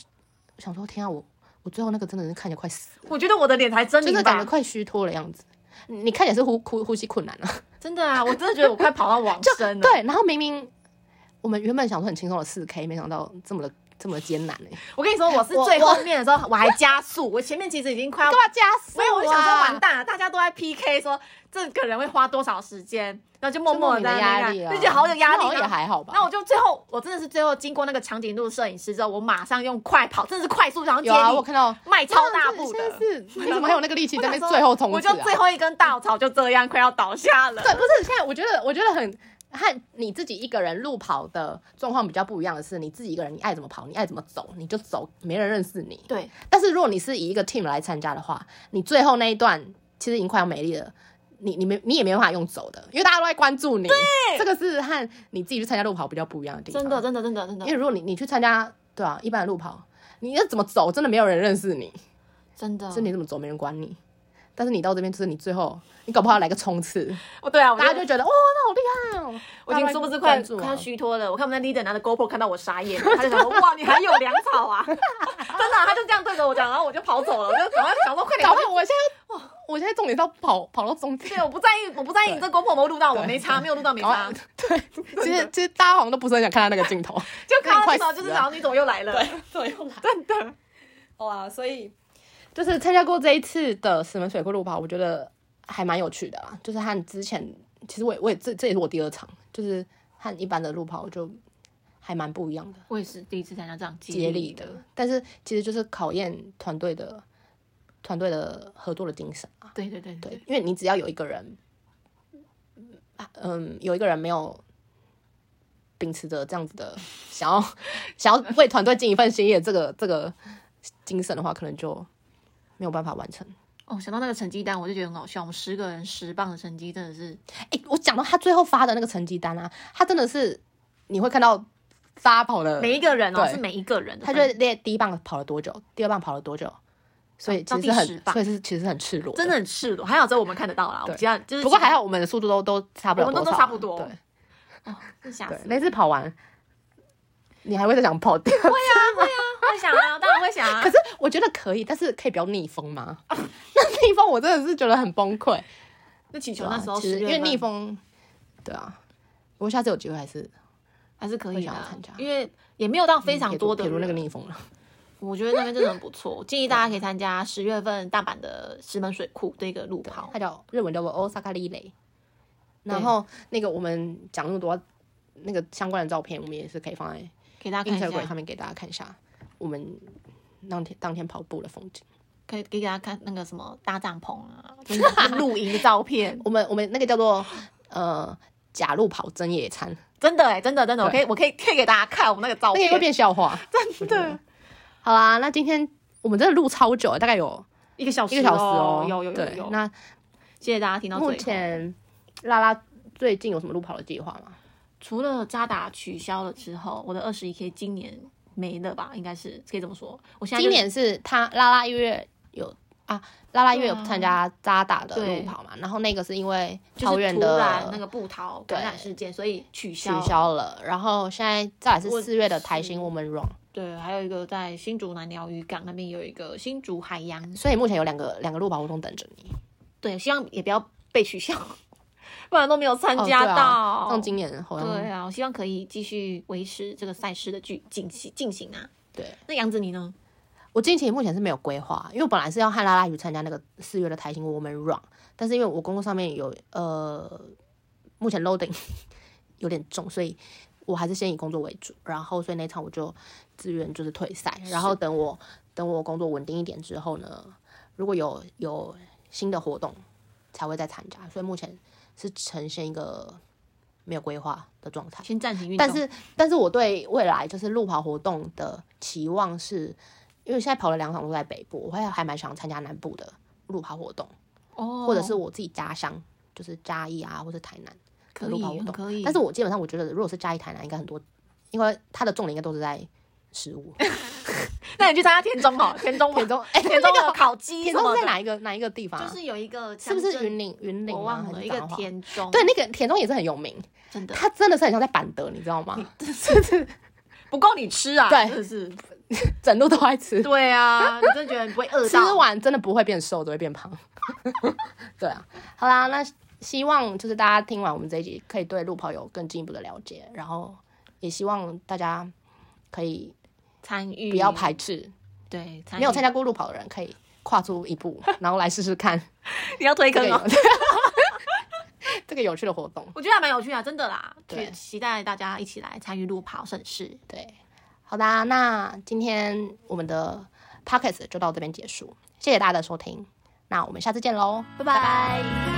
S2: 想说，天啊，我我最后那个真的是看起来快死，
S1: 我觉得我的脸才狰
S2: 就是
S1: 狞
S2: 感觉
S1: 吧，
S2: 快虚脱的样子。你你看起来是呼呼呼吸困难了、
S1: 真的啊，我真的觉得我快跑到往生了。
S2: 对，然后明明我们原本想说很轻松的四 K，没想到这么的这么的艰难哎、欸，
S1: 我跟你说，我是
S2: 我
S1: 最后面的时候我还加速，我前面其实已经快要
S2: 干嘛加速、
S1: 所
S2: 啊？
S1: 以我就想说，完，蛋了，大家都在 PK，说这个人会花多少时间，然后就默
S2: 默
S1: 默
S2: 你
S1: 的在
S2: 的
S1: 那边
S2: 压
S1: 看
S2: 力啊，
S1: 就觉得好有压力。
S2: 那好像也
S1: 然后
S2: 还好吧。
S1: 那我就最后，我真的是最后经过那个长颈鹿摄影师之后，我马上用快跑，真的是快速，然后接
S2: 有啊，我
S1: 力，
S2: 看到
S1: 迈超大步
S2: 真
S1: 的。
S2: 是 *laughs* 你怎么还有那个力气
S1: 我
S2: 在那
S1: 想
S2: 边
S1: 说
S2: 最后冲
S1: 我
S2: 刺
S1: 就
S2: 啊？
S1: 最后一根稻草就这样快要倒下了。
S2: 对，不是现在，我觉得我觉得很和你自己一个人路跑的状况比较不一样的是，你自己一个人你爱怎么跑，你爱怎么走，你就走，没人认识你。
S1: 对，
S2: 但是如果你是以一个 team 来参加的话，你最后那一段其实已经快要没力了。你你没你也没办法用走的，因为大家都在关注你。对，这个是和你自己去参加路跑比较不一样的地方。
S1: 真的，，真的，真的，真
S2: 因为
S1: 的，
S2: 如果你你去参加对啊一般的路跑，你要怎么走，真的没有人认识你。
S1: 真的
S2: 是。你怎么走，没人管你。但是你到这边，就是你最后，你搞不好来个冲刺，
S1: 哦，对啊，我
S2: 大家
S1: 就
S2: 就觉得哇，那好厉害哦！
S1: 我已经殊不知快
S2: 啊
S1: 快要虚脱了。我看我们那 leader 拿着 GoPro 看到我傻眼了，他就想 *laughs* 说：“哇，你还有粮草啊！” *laughs* 真的啊、他就这样对着我讲，然后我就跑走了。我就赶快想说：“快点
S2: 搞！”到我现在哇，我现在重点到跑跑到中间
S1: 对，，我不在意，我不在意你这 GoPro 有没有录到我，没差，没有录到没
S2: 搞
S1: 差
S2: 到。对，其实其实大家好像都不是很想看到那个镜头，
S1: 就看到镜头
S2: 快死
S1: 就是
S2: 了
S1: 然后你怎么又来了？
S2: 对，又来。
S1: 啊真的，
S2: 哇，啊所以就是参加过这一次的石门水库路跑，我觉得还蛮有趣的啦。就是和之前，其实我也我也这这也是我第二场，就是和一般的路跑就还蛮不一样的，
S1: 我也是第一次参加这样
S2: 接力的。但是其实就是考验团队的团队的合作的精神啊。
S1: 对对对
S2: 对，，因为你只要有一个人，嗯，有一个人没有秉持着这样子的想要想要为团队尽一份心意的这个这个精神的话，可能就没有办法完成。
S1: 哦，想到那个成绩单，我就觉得很好笑。我们十个人十磅的成绩真的是，
S2: 哎、我讲到他最后发的那个成绩单啊，他真的是你会看到发跑的，
S1: 每一个人哦
S2: 对
S1: 是每一个人的
S2: 他
S1: 分，
S2: 就会列第一棒跑了多久，第二棒跑了多久，所以
S1: 哦到
S2: 其
S1: 第
S2: 实
S1: 十
S2: 很，
S1: 棒
S2: 所以是其实很赤裸，
S1: 真的。很赤裸。还好只有我们看得到啦，我
S2: 对
S1: 们其他就是
S2: 不过还
S1: 好，
S2: 好，我们的速度都都差不了
S1: 我
S2: 多
S1: 们都都
S2: 少啊，
S1: 差不多
S2: 对，
S1: 真吓
S2: 对
S1: 死，。
S2: 那次跑完，你还会再想跑掉？
S1: 会想啊，当然
S2: *laughs*
S1: 会 *laughs* 想啊
S2: 可。是我觉得可以，但是可以不要逆风吗？ *laughs* 那逆风我真的是觉得很崩溃。
S1: 那祈
S2: 对
S1: 求
S2: 啊
S1: 那时候
S2: 其实
S1: 十
S2: 因
S1: 月
S2: 为
S1: 份
S2: 逆风，对啊，不过下次有机会还是
S1: 还是可
S2: 会
S1: 以
S2: 想要
S1: 啦
S2: 参加嗯
S1: 因为也没有到非常多的
S2: 撇除
S1: 人
S2: 那个逆风了。
S1: 我觉得那边真的很不错，我建议大家可以参加十月份大阪的石门水库的一个路跑。
S2: 它叫日文叫做 Osaka Relay。然后那个我们讲那么多那个相关的照片，我们也是可以放在
S1: 给大家看一
S2: Instagram
S1: 下，
S2: 上面给大家看一下我们当天当天跑步的风景。。
S1: 可以给大家看那个什么搭帐篷啊，就是露营的照片
S2: 我们我们那个叫做呃假路跑真野餐，
S1: 真的哎、真的真的，我可以我可以可以给大家看我们那个照
S2: 那个也会
S1: 片，
S2: 变笑话。
S1: 真的
S2: 好啦，那今天我们真的录超久，大概有
S1: 一个小时
S2: 一个小时哦。
S1: 有有有
S2: 对
S1: 有有。
S2: 那
S1: 谢谢大家听到
S2: 目
S1: 最后。
S2: 前拉拉最近有什么路跑的计划吗？
S1: 除了渣打取消了之后，我的二十一 K 今年没了吧？应该是可以这么说。我现在就
S2: 今年是他拉拉一月有啊，拉拉一月
S1: 对
S2: 有
S1: 啊
S2: 参加扎打的
S1: 对
S2: 路跑嘛，然后那个是因为
S1: 就
S2: 桃
S1: 是
S2: 园
S1: 突然那
S2: 的
S1: 个布桃
S2: 对
S1: 感染事件，所以取
S2: 取
S1: 消。
S2: 消了，然后现在再来是
S1: 我
S2: 四月的台新 Woman Run，
S1: 对，还有一个在新竹南寮渔港那边有一个新竹海洋
S2: 所以目前有两个两个路跑活动等着你。
S1: 对，希望也不要被取消，不然都没有参
S2: 哦
S1: 加
S2: 对啊
S1: 到。
S2: 像今年好像
S1: 对啊，我希望可以继续维持这个赛事的进进行进行啊。
S2: 对，
S1: 那杨子你呢？
S2: 我近期目前是没有规划，因为我本来是要和拉拉鱼参加那个四月的台新 Woman Run，但是因为我工作上面有呃，目前 loading *laughs* 有点重，所以我还是先以工作为主，然后所以那场我就自愿就是退赛，然后等我等我工作稳定一点之后呢，如果有有新的活动才会再参加，所以目前是呈现一个没有规划的状态。
S1: 先暂停运动，
S2: 但是，但是我对未来就是路跑活动的期望是，因为现在跑了两场都在北部，我还还蛮想参加南部的路跑活动，
S1: 哦，
S2: 或者是我自己家乡，就是嘉义啊，或者台南
S1: 可
S2: 的路
S1: 以
S2: 跑活
S1: 很
S2: 动。
S1: 可以，
S2: 但是我基本上我觉得，如果是嘉义、台南，应该很多，因为它的重点应该都是在食物，
S1: 那你去参加田中好了， *laughs* 田中
S2: 啊田中 *laughs*
S1: 哎，田中
S2: 那个
S1: 有烤鸡，
S2: 田中在？哪一个哪一个地方啊？
S1: 就是有一个
S2: 是不
S1: 乡
S2: 是
S1: 镇
S2: 云林？云林
S1: 我
S2: 吗
S1: 忘
S2: 还
S1: 了
S2: 是
S1: 一个
S2: 彰化
S1: 田中，
S2: 对，，那个田中也是很有名，
S1: 真的
S2: 它真的是很像在板德，你知道
S1: *laughs*
S2: 吗？
S1: 不够你吃啊！
S2: 对
S1: 真的是，
S2: 整路都爱吃，
S1: 对啊，你真的觉得你不会饿
S2: *laughs* 吃
S1: 到？
S2: 完真的不会变瘦，只会变胖。 *laughs* 对啊，好啦，那希望就是大家听完我们这一集，可以对路跑有更进一步的了解，然后也希望大家可以
S1: 参与
S2: 不要，排斥，
S1: 对，参与
S2: 没有参加过路跑的人可以跨出一步，然后来试试看
S1: 你要推
S2: 这个
S1: 坑
S2: 有 *laughs*
S1: 哦。
S2: 这个有趣的活动。
S1: 我觉得还蛮有趣的，真的啦，
S2: 对
S1: 就期待大家一起来参与路跑盛世。
S2: 对，好的，那今天我们的 p o c k e t 就到这边结束，谢谢大家的收听，那我们下次见喽，
S1: 拜拜